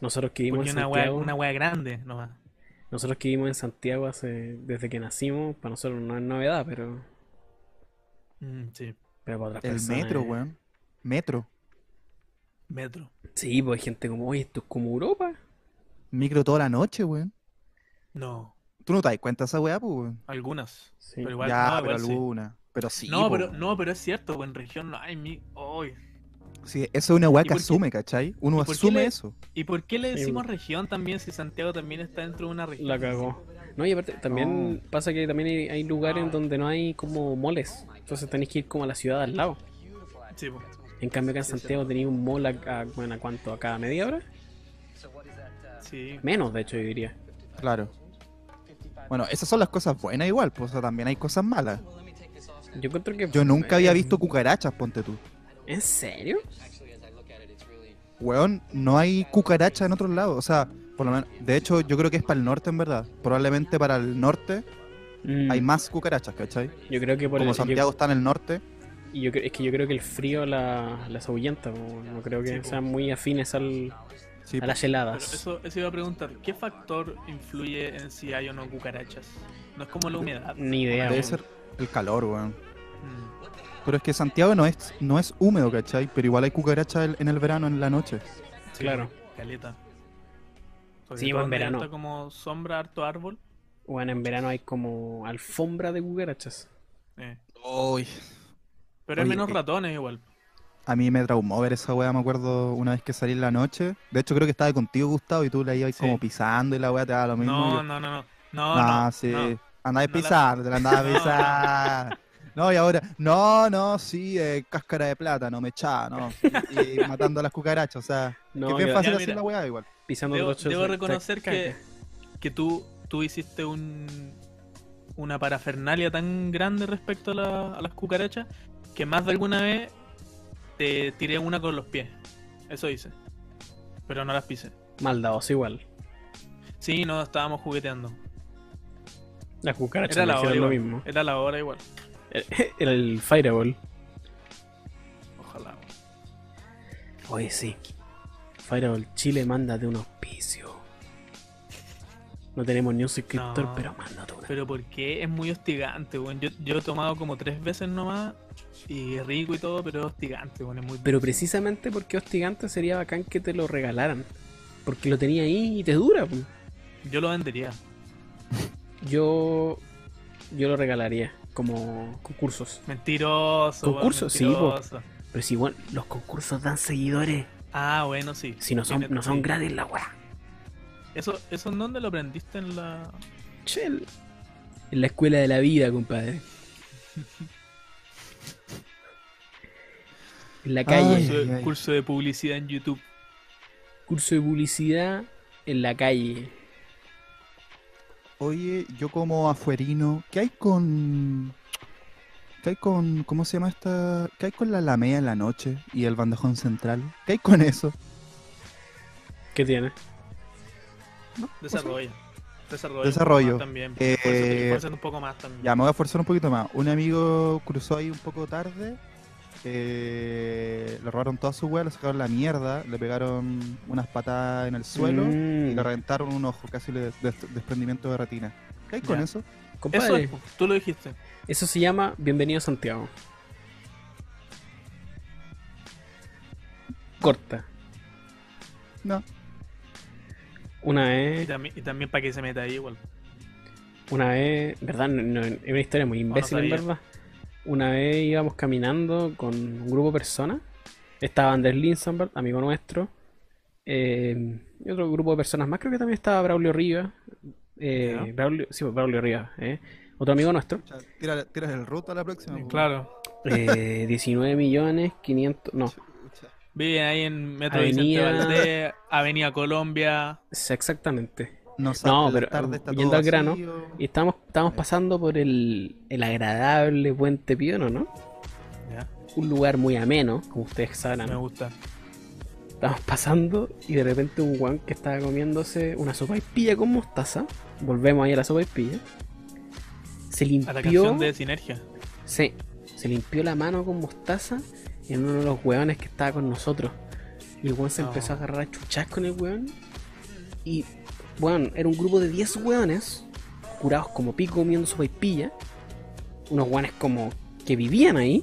A: Nosotros que vivimos
C: Porque
A: en
C: Pues una wea,
A: Santiago,
C: una wea grande nomás.
A: nosotros que vivimos en Santiago hace, desde que nacimos, para nosotros no es novedad, pero,
C: Mm, sí,
A: pero para otras
B: El
A: personas.
B: metro,
A: es-
B: weón. Metro.
C: metro.
A: Sí, pues hay gente como, oye, esto es como Europa.
B: Micro toda la noche, weón.
C: No,
B: Tú no te das cuenta de esa weá, pues, weón.
C: algunas.
A: Sí.
C: Pero igual,
B: ya,
C: no,
B: pero
C: igual sí.
B: alguna. Pero sí.
C: no,
B: po,
C: pero,
B: weón.
C: no, pero es cierto, pues, en región no hay mi. ¡Ay!
B: Sí, eso es una weá
C: ¿Y
B: que
C: por qué-
B: asume, ¿cachai? Uno
C: y por qué
B: asume
C: le-
B: eso.
C: ¿Y por qué le
A: Sí,
C: decimos
A: bueno.
C: región también si Santiago también está dentro de una región?
A: La cagó. No, y aparte, también pasa que también hay, hay lugares en donde no hay como moles. Entonces tenés que ir como a la ciudad al lado.
C: Sí, po.
A: En cambio, acá en Santiago tenéis un mall a, a- bueno, ¿a cuánto? ¿A cada media hora?
C: sí.
A: Menos, de hecho, yo diría.
B: Claro. Bueno, esas son las cosas buenas igual, pues o sea, también hay cosas malas.
A: Yo encuentro que.
B: Yo nunca había
A: eh,
B: visto cucarachas, ponte tú.
A: ¿En serio?
B: Weón, no hay cucarachas en otros lados. O sea, por lo menos, de hecho, yo creo que es para el norte, en verdad. Probablemente para el norte
A: Mm,
B: hay más cucarachas, ¿cachai?
A: Yo creo que por
B: Como
A: el. yo-
B: Santiago está en el norte,
A: yo, Y yo, cre- es que yo creo que el frío la, las ahuyenta, po, weón. no creo que
C: Sí, po.
A: sean muy afines al,
B: Sí, pues,
A: a las
C: Pero
A: heladas.
C: eso, eso iba a preguntar, ¿qué factor influye en si hay o no cucarachas? No es como la humedad.
A: Ni idea,
B: debe
A: weón.
B: ser el calor, weón.
C: Mm,
B: Pero es que Santiago no es, no es húmedo, ¿cachai? Pero igual hay cucarachas el- en el verano, en la noche.
C: sí,
A: Claro.
C: Caleta. Sobre
A: Sí, pues,
C: todo
A: en
C: donde
A: verano.
C: Está como sombra, harto árbol.
A: Bueno, en verano hay como alfombra de cucarachas.
C: eh.
B: Uy.
C: Pero hay
B: Oye,
C: menos
B: eh,
C: ratones igual.
B: A mí me traumó ver esa weá, me acuerdo una vez que salí en la noche. De hecho, creo que estaba contigo, Gustavo, y tú la ibas
C: Sí.
B: como pisando y la weá te daba lo mismo.
C: No,
B: Yo-
C: no, no, no. No,
B: Nah,
C: no,
B: sí. Ah,
C: no.
B: Andabas
C: No la-
B: pisando, te la andabas
C: No.
B: pisando. No, y ahora, no, no, sí, eh, cáscara de plátano, me echaba, ¿no? Y, y matando a las cucarachas, o sea, que
A: No,
B: es bien
A: yo-
B: fácil
C: Ya,
B: hacer
C: mira.
B: la weá igual.
A: pisando
C: Debo,
A: los ocho-
C: debo reconocer
A: ca-
C: que, que tú, tú hiciste un, una parafernalia tan grande respecto a, la- a las cucarachas que más de alguna vez te tiré una con los pies. Eso hice. Pero no las pisé.
A: Maldadoso igual.
C: Sí, no, estábamos jugueteando.
A: Las cucarachas
C: Era
A: me
C: la hora
A: hicieron lo
C: igual.
A: mismo.
C: Era la hora igual.
A: Era el Fireball.
C: Ojalá.
A: Oye, sí. Fireball Chile, mándate un auspicio. No tenemos ni un suscriptor,
C: No.
A: pero mándate una.
C: Pero ¿por qué? Es muy hostigante, weón. Yo, yo he tomado como tres veces nomás y es rico y todo, pero es hostigante, weón. Es muy...
A: Pero precisamente porque hostigante sería bacán que te lo regalaran. Porque lo tenía ahí y te dura. po.
C: Yo lo vendería.
A: Yo. Yo lo regalaría como concursos.
C: Mentiroso. weón,
A: Concurso, sí, po.
C: mentiroso.
A: Pero si igual los concursos dan seguidores.
C: Ah, bueno, sí.
A: Si no son,
C: Tiene-
A: no son
C: sí.
A: gratis la weá.
C: ¿Eso, ¿Eso en dónde lo aprendiste en la...?
A: Che, el- En la escuela de la vida, compadre. En la calle.
B: Ay,
C: Curso de,
B: ay.
C: curso de publicidad en YouTube.
A: Curso de publicidad en la calle.
B: Oye, yo como afuerino, ¿qué hay con... ¿Qué hay con... ¿Cómo se llama esta...? ¿Qué hay con la Alameda en la noche y el bandejón central? ¿Qué hay con eso?
A: ¿Qué tiene?
C: Desarrolla. Desarrolla.
B: Desarrollo.
C: un poco más también.
B: Eh,
C: Esfuérzate, esfuérzate un poco más también.
B: Ya, me voy a forzar un poquito más. Un amigo cruzó ahí un poco tarde. eh, le robaron toda su weá, le sacaron la mierda, le pegaron unas patadas en el suelo y
A: Mm,
B: le reventaron un ojo, casi le des- desprendimiento de retina. ¿Qué hay con
C: Ya.
B: eso?
C: Eso
A: compadre,
C: es,
A: eso,
C: tú lo dijiste.
A: se llama Bienvenido a Santiago. Corta.
B: No.
A: Una
C: Y
A: vez,
C: también, y también para que se meta ahí igual.
A: una vez, ¿verdad? No, no, es una historia muy imbécil, en
C: sabía.
A: verdad. Una vez íbamos caminando con un grupo de personas. Estaba Andrés Linsenberg, amigo nuestro. eh, y otro grupo de personas más. Creo que también estaba Braulio Rivas. eh,
C: Ya.
A: Braulio, sí, pues, Braulio Rivas. eh, Otro amigo nuestro.
B: O sea, tira- tiras el roto a la próxima. po.
C: Claro.
A: Eh, 19 millones 500. No,
B: Chucha.
C: Viven ahí en Metro
A: Avenida-
C: Vicente Valdés, Avenida Colombia.
A: sí, exactamente.
B: No, sabe, la
A: pero,
B: tarde está
A: yendo
B: todo
A: al grano,
B: vacío.
A: Y estamos, estamos pasando por el, el agradable Puente Piono, ¿no?
C: Ya,
A: Un lugar muy ameno, como ustedes sabrán.
C: me gusta.
A: Estamos pasando y de repente un guan que estaba comiéndose una sopa pilla con mostaza. Volvemos ahí a la sopa pilla. Se
C: A la
A: limpió.
C: canción de Sinergia.
A: Sí, se limpió la mano con mostaza en uno de los hueones que estaba con nosotros. Y el hueón se
C: No.
A: empezó a agarrar a chuchas con el hueón. Y, bueno, era un grupo de 10 hueones, curados como pico, comiendo su pilla. Unos hueones como que vivían ahí.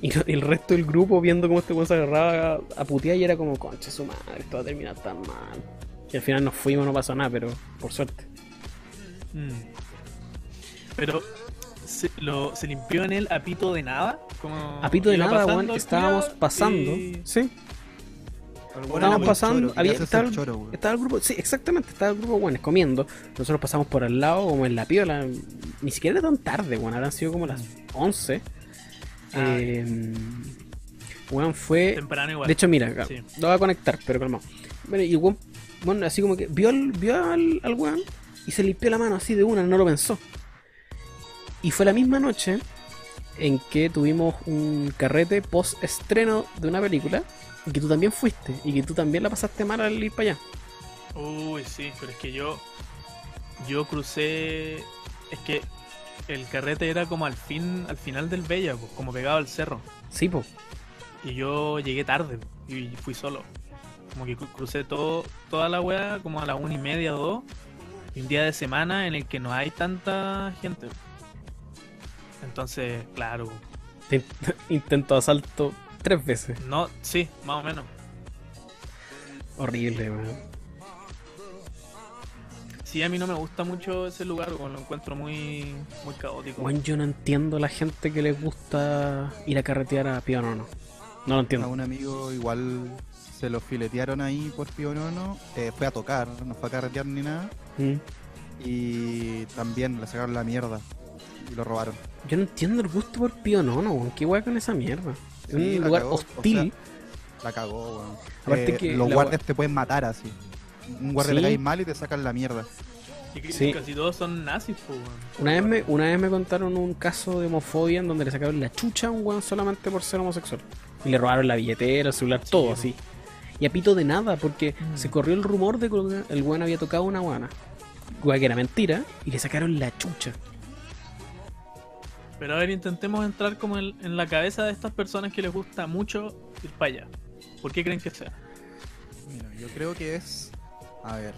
A: Y lo- el resto del grupo viendo cómo este hueón se agarraba a, a putear y era como, concha su madre, esto va a terminar tan mal. Y al final nos fuimos, no pasó nada, pero por suerte.
C: Mm. Pero se, lo, se limpió en él a pito de nada. Como
A: a pito de
C: iba
A: nada,
C: pasando
A: hueón,
C: el
A: estábamos
C: culiao
A: pasando.
C: y-
A: Sí.
B: Pero bueno,
A: Estábamos
B: muy
A: pasando,
B: choro,
A: había,
B: quería hacerse
A: estaba,
B: el
A: el-
B: choro, weón.
A: estaba el grupo, sí, exactamente, estaba el grupo, bueno, comiendo. Nosotros pasamos por al lado, como en la piola, ni siquiera era tan tarde, bueno, habrán sido como las 11.
C: Ah,
A: Eh, weón, fue.
C: Temprano igual.
A: Eh, De hecho, mira, acá,
C: Sí.
A: lo voy a conectar, pero calmado. Bueno, y el weón, bueno, así como que vio al, vio al, al weón y se limpió la mano así de una, no lo pensó. Y fue la misma noche en que tuvimos un carrete post estreno de una película y que tú también fuiste y que tú también la pasaste mal al ir para allá.
C: Uy, sí, pero es que yo. Yo crucé. Es que el carrete era como al fin, al final del Bella, po, como pegado al cerro.
A: Sí, po.
C: Y yo llegué tarde po, y fui solo. Como que cru- crucé todo, toda la weá como a las una y media, dos. Y un día de semana en el que no hay tanta gente. po. Entonces, claro, po,
A: Te- Intento asalto tres veces.
C: no, sí, más o menos.
A: Horrible, weón.
C: Sí, a mí no me gusta mucho ese lugar, po, lo encuentro muy, muy caótico.
A: Weón, yo no entiendo la gente que les gusta ir a carretear a Pío Nono. No lo
B: A
A: entiendo.
B: un amigo igual se lo filetearon ahí por Pionono. Eh, fue a tocar, no fue a carretear ni nada.
A: Mm.
B: Y también le sacaron la mierda. Y lo robaron.
A: Yo no entiendo el gusto por Pío Nono, weón. Qué weá con esa mierda. Es
B: Sí,
A: un
B: la
A: lugar
B: cagó, o
A: hostil.
B: La cagó, weón.
A: Aparte
B: Eh,
A: que
B: los
A: la
B: guardias te pueden matar así. Un guardia le
A: Sí.
B: cae mal y te sacan la mierda.
C: Y que-
A: Sí.
C: casi todos son nazis, po, weón.
A: Una vez, me, una vez me contaron un caso de homofobia en donde le sacaron la chucha a un weón solamente por ser homosexual. Y le robaron la billetera, el celular, todo así. Y a pito de nada, porque
C: Mm.
A: se corrió el rumor de que el weón había tocado una guana. Weá que era mentira, y le sacaron la chucha.
C: Pero a ver, intentemos entrar como en, en la cabeza de estas personas que les gusta mucho ir para allá. ¿Por qué creen que sea?
B: Mira, yo creo que es. A ver.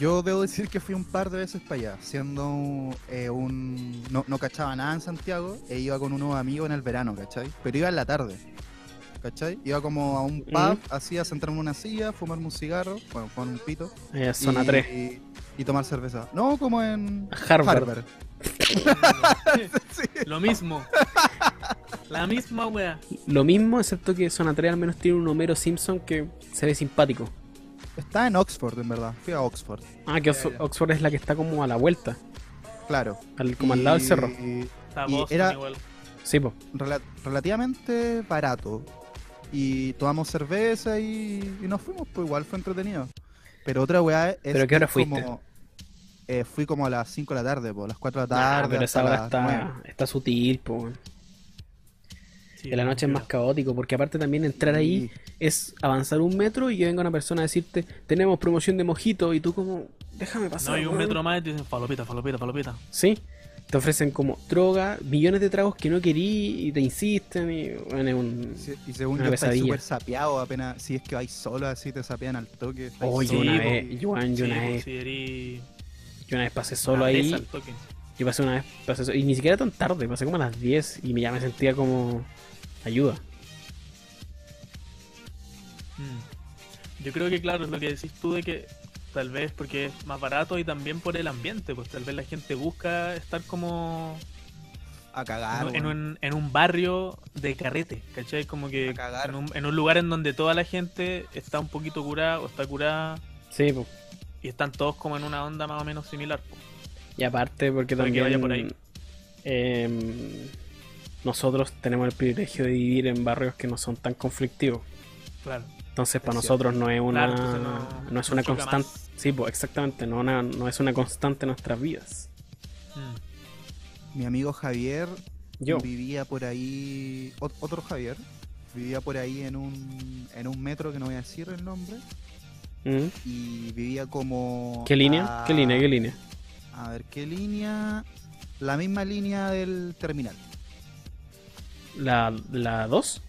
B: Yo debo decir que fui un par de veces para allá, siendo eh, un. No, no cachaba nada en Santiago e iba con unos amigos en el verano, ¿cachai? Pero iba en la tarde, ¿cachai? Iba como a un pub, así, a sentarme en una silla, fumarme un cigarro, bueno, fumar un pito.
A: Eh, zona
B: y,
A: 3.
B: Y, y tomar cerveza. No, como en.
A: Harvard.
B: Harvard.
C: Lo mismo. La misma wea.
A: Lo mismo, excepto que Zona 3 al menos tiene un Homero Simpson que se ve simpático.
B: Está en Oxford, en verdad. Fui a Oxford,
A: Ah, que
B: Ya,
A: Oxford,
B: ya.
A: Oxford es la que está como a la vuelta,
B: claro.
A: al, como al lado del
B: Y-
A: cerro.
C: Está
B: Y
C: Boston
B: era-
C: igual.
A: Sí, po.
B: rela- relativamente barato. Y tomamos cerveza y, y nos fuimos, pues igual fue entretenido. Pero otra weá es.
A: ¿Pero qué hora fuiste?
B: Como, eh, fui como a las 5 de la tarde, pues, a las 4 de la
A: Ah,
B: tarde.
A: pero esa
B: hasta
A: hora
B: las nueve.
A: está, está sutil, po. weón.
C: Sí,
A: De la noche es más caótico, porque aparte también entrar ahí es avanzar un metro y que venga una persona a decirte, tenemos promoción de mojito, y tú como, déjame pasar.
C: No hay un
A: weón".
C: metro más y te dicen falopita, falopita, falopita.
A: Sí, te ofrecen como droga, millones de tragos que no querí y te insisten y bueno, es un...
B: Y se- Y según
A: Una
B: yo, estáis
A: pesadilla.
B: súper sapeado. Apenas si es que vais solo, así te sapean al toque. estáis
A: Oh, yo
B: solo
A: una
C: sí,
A: vez,
B: y-
A: Joan, yo
C: Sí,
A: una
C: pues,
A: vez,
C: si erí
A: yo una vez pasé solo
C: una
A: ahí,
C: presa al toque.
A: yo pasé una vez, pasé so- y ni siquiera tan tarde, pasé como a las 10 y me- ya me sentía como ayuda.
C: Mm. Yo creo que, claro, es lo que decís tú de que tal vez porque es más barato y también por el ambiente, pues tal vez la gente busca estar como
B: A cagar.
C: en,
B: weón.
C: un, en un barrio de carrete, ¿cachai? Como que
B: A cagar.
C: en un, en un lugar en donde toda la gente está un poquito curada o está curada
A: Sí, po.
C: y están todos como en una onda más o menos similar. po.
A: Y aparte, porque
C: Para que
A: también
C: vaya por ahí.
A: em, nosotros tenemos el privilegio de vivir en barrios que no son tan conflictivos.
C: Claro.
A: Entonces, para
B: Es
A: nosotros no es una,
C: Claro, entonces
A: no,
C: no-
A: es una
C: no choca
A: constante.
C: más.
A: Sí, pues exactamente, no, una- no es una constante en nuestras vidas.
C: Mm.
B: Mi amigo Javier
A: Yo,
B: vivía por ahí, ot- otro Javier, vivía por ahí en un, en un metro que no voy a decir el nombre,
A: ¿Mm?
B: y vivía como...
A: ¿qué línea?
B: a-
A: ¿Qué línea?
C: Ah.
A: ¿Qué línea?
B: A ver, ¿qué línea? La misma línea del terminal.
A: ¿La 2?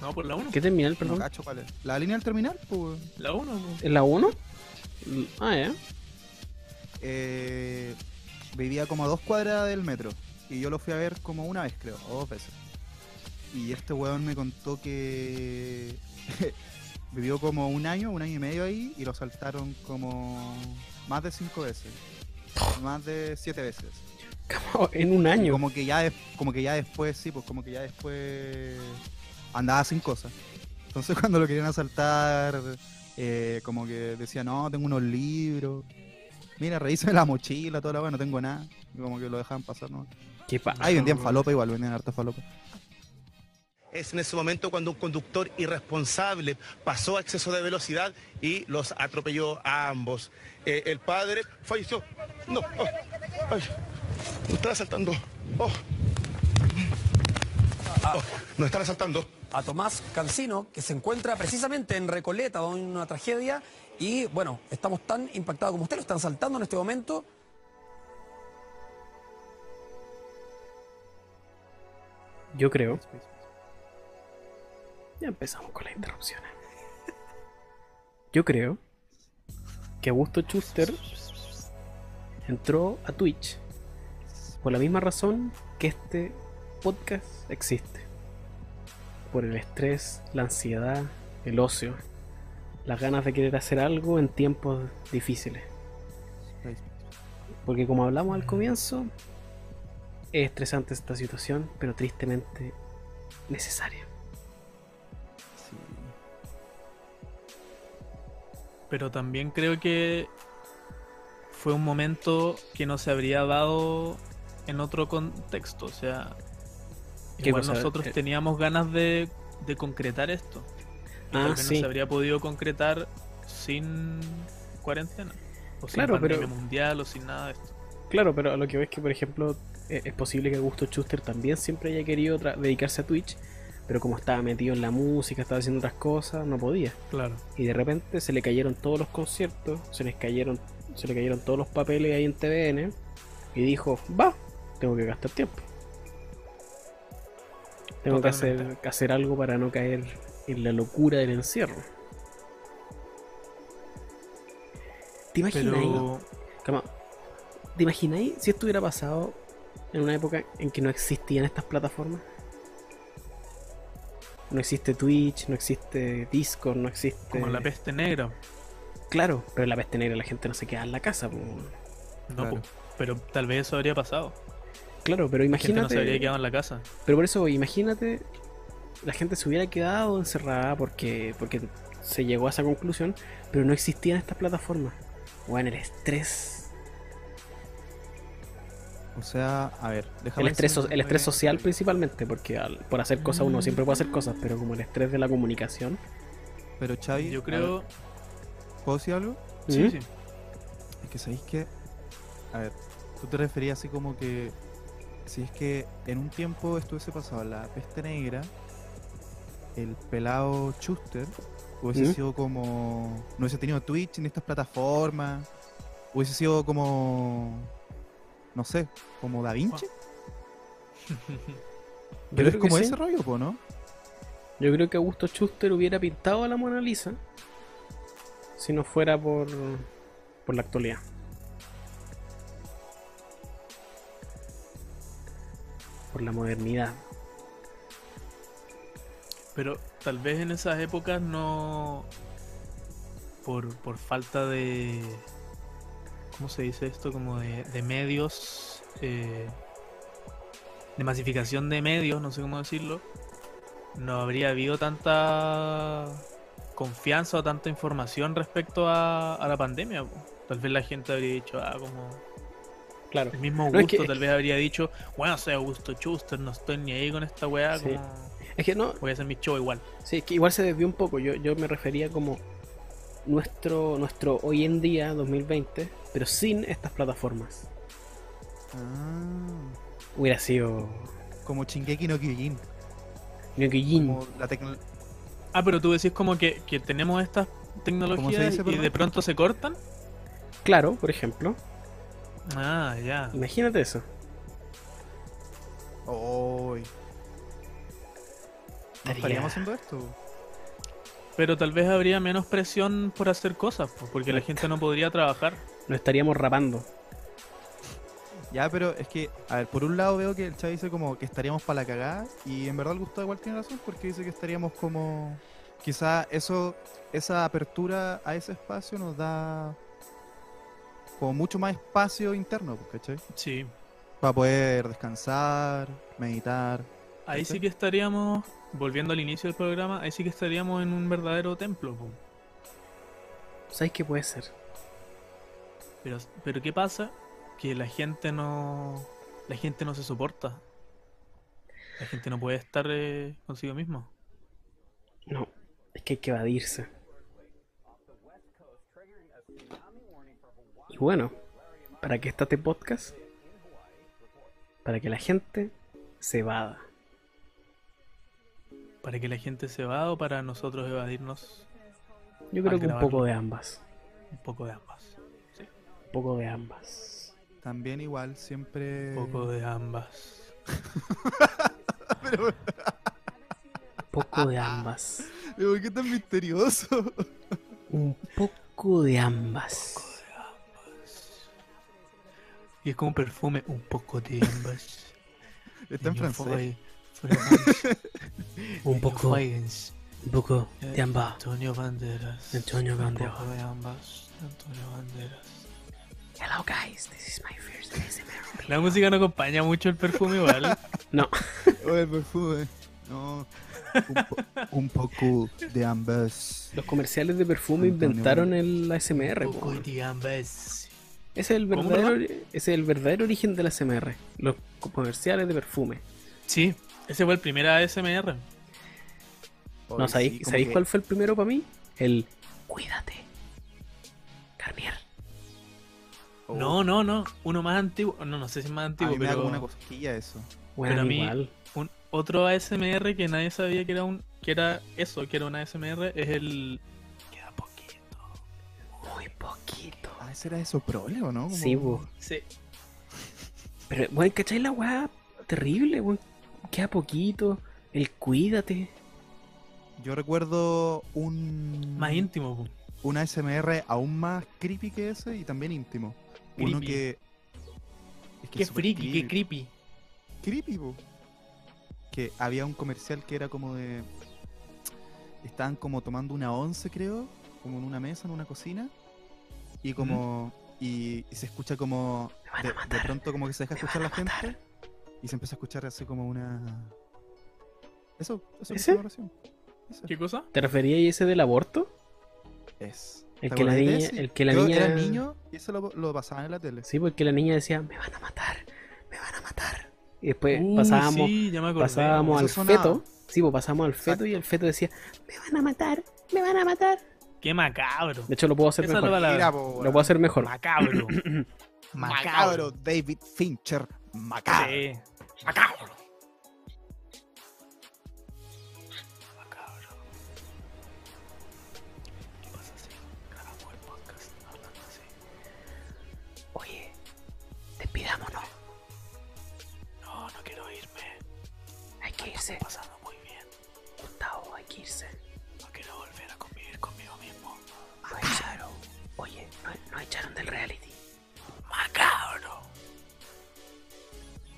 C: No, por la 1.
A: ¿Qué terminal,
B: No
A: perdón?
B: cacho cuál es. ¿La línea del terminal? Pues,
C: La 1.
A: ¿Es la 1? Ah, ya.
B: eh, vivía como a dos cuadras del metro, y yo lo fui a ver como una vez, creo, o dos veces. Y este weón me contó que... Vivió como un año, un año y medio ahí y lo saltaron como más de cinco veces. Más de siete veces.
A: Como En un
B: Y
A: año.
B: Como que ya des- como que ya después, sí, pues como que ya después andaba sin cosas. Entonces cuando lo querían asaltar, eh, como que decía, no, tengo unos libros. Mira, revísame la mochila, toda la weá, no tengo nada. Y como que lo dejaban pasar, ¿no?
A: ¿Qué pasa?
C: Ah,
B: Ahí vendían falopa igual, vendían harta falopa.
G: Es en ese momento cuando un conductor irresponsable pasó a exceso de velocidad y los atropelló a ambos. Eh, el padre falleció. No, oh, ay, nos están asaltando. Oh. Oh, nos están asaltando.
H: a Tomás Cancino, que se encuentra precisamente en Recoleta, donde hay una tragedia. Y bueno, estamos tan impactados como usted, lo están saltando en este momento.
A: Yo creo. Ya empezamos con las interrupciones. Yo creo que Augusto Schuster entró a Twitch por la misma razón que este podcast existe. Por el estrés, la ansiedad, el ocio, las ganas de querer hacer algo en tiempos difíciles. Porque como hablamos al comienzo, es estresante esta situación, pero tristemente necesaria.
C: Pero también creo que fue un momento que no se habría dado en otro contexto. O sea,
A: ¿Qué
C: igual
A: cosa?
C: nosotros
A: Eh.
C: teníamos ganas de, de concretar esto. Y
A: Ah,
C: creo que no
A: sí.
C: se habría podido concretar sin cuarentena. O sin
A: Claro, pero-
C: pandemia mundial o sin nada de esto.
A: Claro, pero a lo que veo es que, por ejemplo, e- es posible que Augusto Schuster también siempre haya querido tra- dedicarse a Twitch, pero como estaba metido en la música, estaba haciendo otras cosas, no podía.
C: Claro.
A: Y de repente se le cayeron todos los conciertos, se les cayeron, se le cayeron todos los papeles ahí en TVN, y dijo, va, tengo que gastar tiempo. Tengo que hacer,
C: Totalmente.
A: que hacer algo para no caer en la locura del encierro. ¿Te imaginas?
C: Pero
A: Cama, ¿te imagináis si esto hubiera pasado en una época en que no existían estas plataformas? No existe Twitch, no existe Discord, no existe.
C: como la peste negra.
A: Claro, pero en la peste negra la gente no se queda en la casa. po.
C: No,
B: Claro.
C: po. pero tal vez eso habría pasado.
A: Claro, pero
C: La gente no se
A: imagínate.
C: habría quedado en la casa.
A: Pero por eso, imagínate, la gente se hubiera quedado encerrada porque, porque se llegó a esa conclusión, pero no existían estas plataformas. Bueno, el estrés.
B: O sea, a ver, déjame.
A: El estrés, so-
B: decirlo
A: el estrés
B: de-
A: social principalmente, porque al- por hacer cosas uno siempre puede
B: Mm.
A: hacer cosas, pero como el estrés de la comunicación.
B: eh, Pero Chavi,
C: Yo creo.
B: ¿puedo decir algo?
A: ¿Mm?
C: Sí, sí.
B: Es que sabéis que. A ver, tú te referías así como que. Si es que en un tiempo estuviese pasado la peste negra, el pelado Schuster hubiese
A: ¿Mm?
B: sido como. No hubiese tenido Twitch ni estas plataformas. Hubiese sido como. No sé, como Da Vinci.
A: Ah, Yo
B: Pero es
A: creo que
B: como
A: sí.
B: ese rollo, po, ¿no?
A: Yo creo que Augusto Schuster hubiera pintado a la Mona Lisa si no fuera por, por la actualidad. Por la modernidad.
C: Pero tal vez en esas épocas no. Por, por falta de. ¿Cómo se dice esto? Como de, de medios. eh, de masificación de medios, no sé cómo decirlo. No habría habido tanta confianza o tanta información respecto a, a la pandemia. po. Tal vez la gente habría dicho, ah, como.
A: Claro.
C: El mismo Augusto
A: No, es que- es
C: tal vez habría dicho, bueno, soy Augusto Schuster, no estoy ni ahí con esta weá,
A: Sí.
C: como
A: Es que no,
C: voy a hacer mi show igual.
A: sí, es que igual se desvió un poco. Yo, yo me refería como nuestro, nuestro hoy en día, 2020, pero sin estas plataformas.
B: Ah,
A: Hubiera sido
B: como Shingeki no Kyojin.
A: Nyokijin.
B: Como la tecnología.
C: Ah, pero tú decís como que, que tenemos estas tecnologías
B: dice,
C: y de
B: perdón?
C: pronto se cortan.
A: Claro, por ejemplo.
C: Ah, ya.
A: Imagínate eso.
B: ¿No
A: Estaría-
B: estaríamos haciendo esto?
C: Pero tal vez habría menos presión por hacer cosas, po, porque la gente no podría trabajar.
A: Nos estaríamos rapando.
B: Ya, pero es que, a ver, por un lado veo que el Chá dice como que estaríamos para la cagada y en verdad el Gustavo igual tiene razón porque dice que estaríamos como... Quizá eso, esa apertura a ese espacio nos da como mucho más espacio interno, pues, ¿cachai?
C: Sí.
B: Para poder descansar, meditar.
C: Ahí sí
B: ¿Cachai?
C: que estaríamos, volviendo al inicio del programa, ahí sí que estaríamos en un verdadero templo. po.
A: ¿Sabes qué puede ser?
C: Pero, pero ¿qué pasa? Que la gente no. La gente no se soporta. La gente no puede estar eh, consigo mismo.
A: No, es que hay que evadirse. Y bueno, para que está este podcast, para que la gente se evada.
C: Para que la gente se va o para nosotros evadirnos
A: Yo creo
C: Al
A: que un
C: grabarlo.
A: poco de ambas.
C: un poco de ambas.
A: Un poco de ambas.
B: Eh. También igual siempre...
C: Un poco de ambas.
B: pero
A: poco de ambas.
B: pero ¿por qué tan misterioso?
A: Un poco de ambas.
C: Y es como un perfume, un poco de ambas.
B: Está en
C: Niño
B: francés.
C: Foy- Fragans,
A: Un
C: Niño
A: poco, un
C: Fuegans,
A: poco de ambas.
C: Antonio Banderas.
A: Antonio
C: un
A: Banderas.
C: poco de ambas. Antonio Banderas.
A: Hello guys, this is my first ASMR.
C: La música no acompaña mucho el perfume igual.
A: No,
B: O el perfume. No. Un, po- un poco de ambas.
A: los comerciales de perfume
B: Antonio
A: inventaron el ASMR.
C: un
A: po,
C: poco
A: weón.
C: de ambas.
A: Ese es el
C: ¿Cómo,
A: verdadero, ese es el verdadero origen del ASMR. Los comerciales de perfume.
C: Sí, ese fue el primer ASMR.
A: ¿No sabéis, sabéis cuál fue el primero para mí? El cuídate. Carnier.
C: Oh.
B: Oh.
C: No, no, no. Uno más antiguo. No, no sé si es más
B: A
C: antiguo,
B: mí me da
C: pero
B: como una cosquilla eso.
A: Bueno,
C: Pero a mí-
A: igual.
C: un- otro ASMR que nadie sabía que era un que era eso, que era un ASMR es el queda poquito.
A: Muy poquito.
B: Ah, ese era eso, prole o no? Como-
A: Sí, bo.
C: Sí.
A: Pero, bueno, ¿cachai la weá? Terrible, weón. Queda poquito. El cuídate.
B: Yo recuerdo un.
C: Más íntimo. po.
B: un ASMR aún más creepy que ese y también íntimo. Uno
C: Creepy.
B: que. Es
C: Qué
B: es súper
C: friki, qué creepy.
B: creepy, po. Que había un comercial que era como de. Estaban como tomando una once, creo, como en una mesa, en una cocina. Y como. Y, y se escucha como.
A: Me van
B: De,
A: a
B: de
A: matar.
B: pronto, como que se deja
A: Me
B: escuchar la
A: van a
B: gente.
A: matar.
B: Y se empieza a escuchar así como una. Eso, eso que
A: ¿Ese?
B: estaba recién. Eso.
C: ¿Qué cosa?
A: ¿Te referías a ese del aborto?
B: Es.
A: El
B: ¿Te
A: que la
B: acordás de
A: niña-
B: ese?
A: el que la
B: Yo
A: niña-
B: era niño y eso lo, lo pasaban en la tele.
A: Sí, porque la niña decía, me van a matar, me van a matar. Y después
C: Uh,
A: pasábamos,
C: sí, ya me acordé.
A: pasábamos
B: Eso
A: al
B: sonaba.
A: feto. Sí, pues pasamos al feto y el feto decía, me van a matar, me van a matar.
C: Qué macabro.
A: De hecho, lo puedo hacer
C: Esa es la
A: mejor.
C: palabra.
B: Mira, po,
A: Lo puedo hacer mejor.
C: Macabro.
B: Macabro, David Fincher. Macabro.
C: Sí.
D: Macabro.
C: Macabro. ¿Qué pasa si grabamos el podcast hablando así?
A: Oye, despidámonos,
C: No, no quiero irme.
A: hay que irse.
C: Pasando muy bien.
A: Gustavo, hay que irse.
C: No quiero volver a convivir conmigo mismo.
A: Macabro. Ah, Oye, no- nos echaron del reality.
C: Macabro.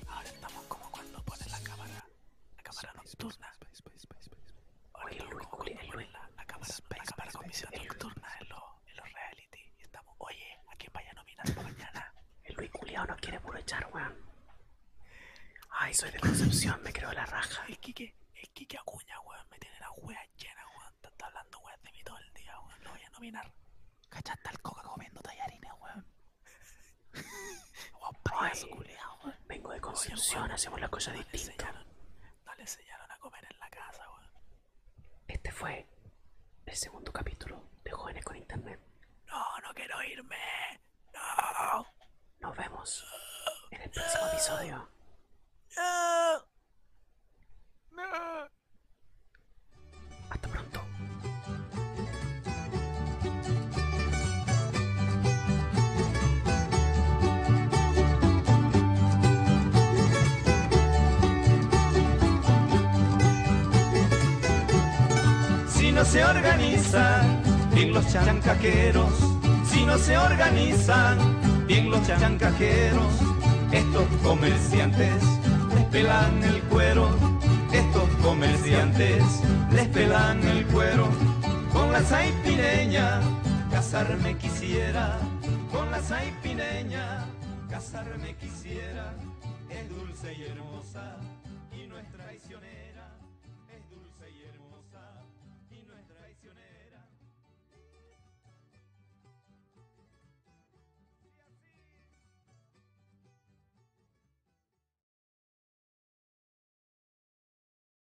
C: Ahora estamos como cuando ponen la cámara. La cámara nocturna. Ahora
A: Oye,
C: estamos
A: Luis,
C: como cuando
A: Luis,
C: ponen la, la cámara, la cámara con visión nocturna en los en los reality. Y estamos, oye, ¿a quién vaya a nominar para mañana?
A: El Luis Culeado nos quiere puro echar, weón. Ay, soy de Concepción, me creo la raja.
C: El Kike, el Kike Acuña, weón. Me tiene la wea llena, weón. Te está hablando, weón, de mí todo el día, weón. Lo voy a nominar. Cachaste al coca comiendo tallarines, weón. Weón, payaso culiao, weón.
A: Vengo de Concepción, hacemos las cosas
C: No le
A: distintas.
C: enseñaron, no le enseñaron a comer en la casa, weón.
A: Este fue el segundo capítulo de Jóvenes con Internet.
C: No, no quiero irme. No.
A: Nos vemos en el próximo episodio.
C: No. No.
A: Hasta pronto.
I: Si no se organizan bien los chancaqueros, si no se organizan bien los chancaqueros, estos comerciantes les pelan el cuero, estos comerciantes les pelan el cuero. Con la saipineña casarme quisiera, con la saipineña casarme quisiera, es dulce y hermosa y no es traicionera.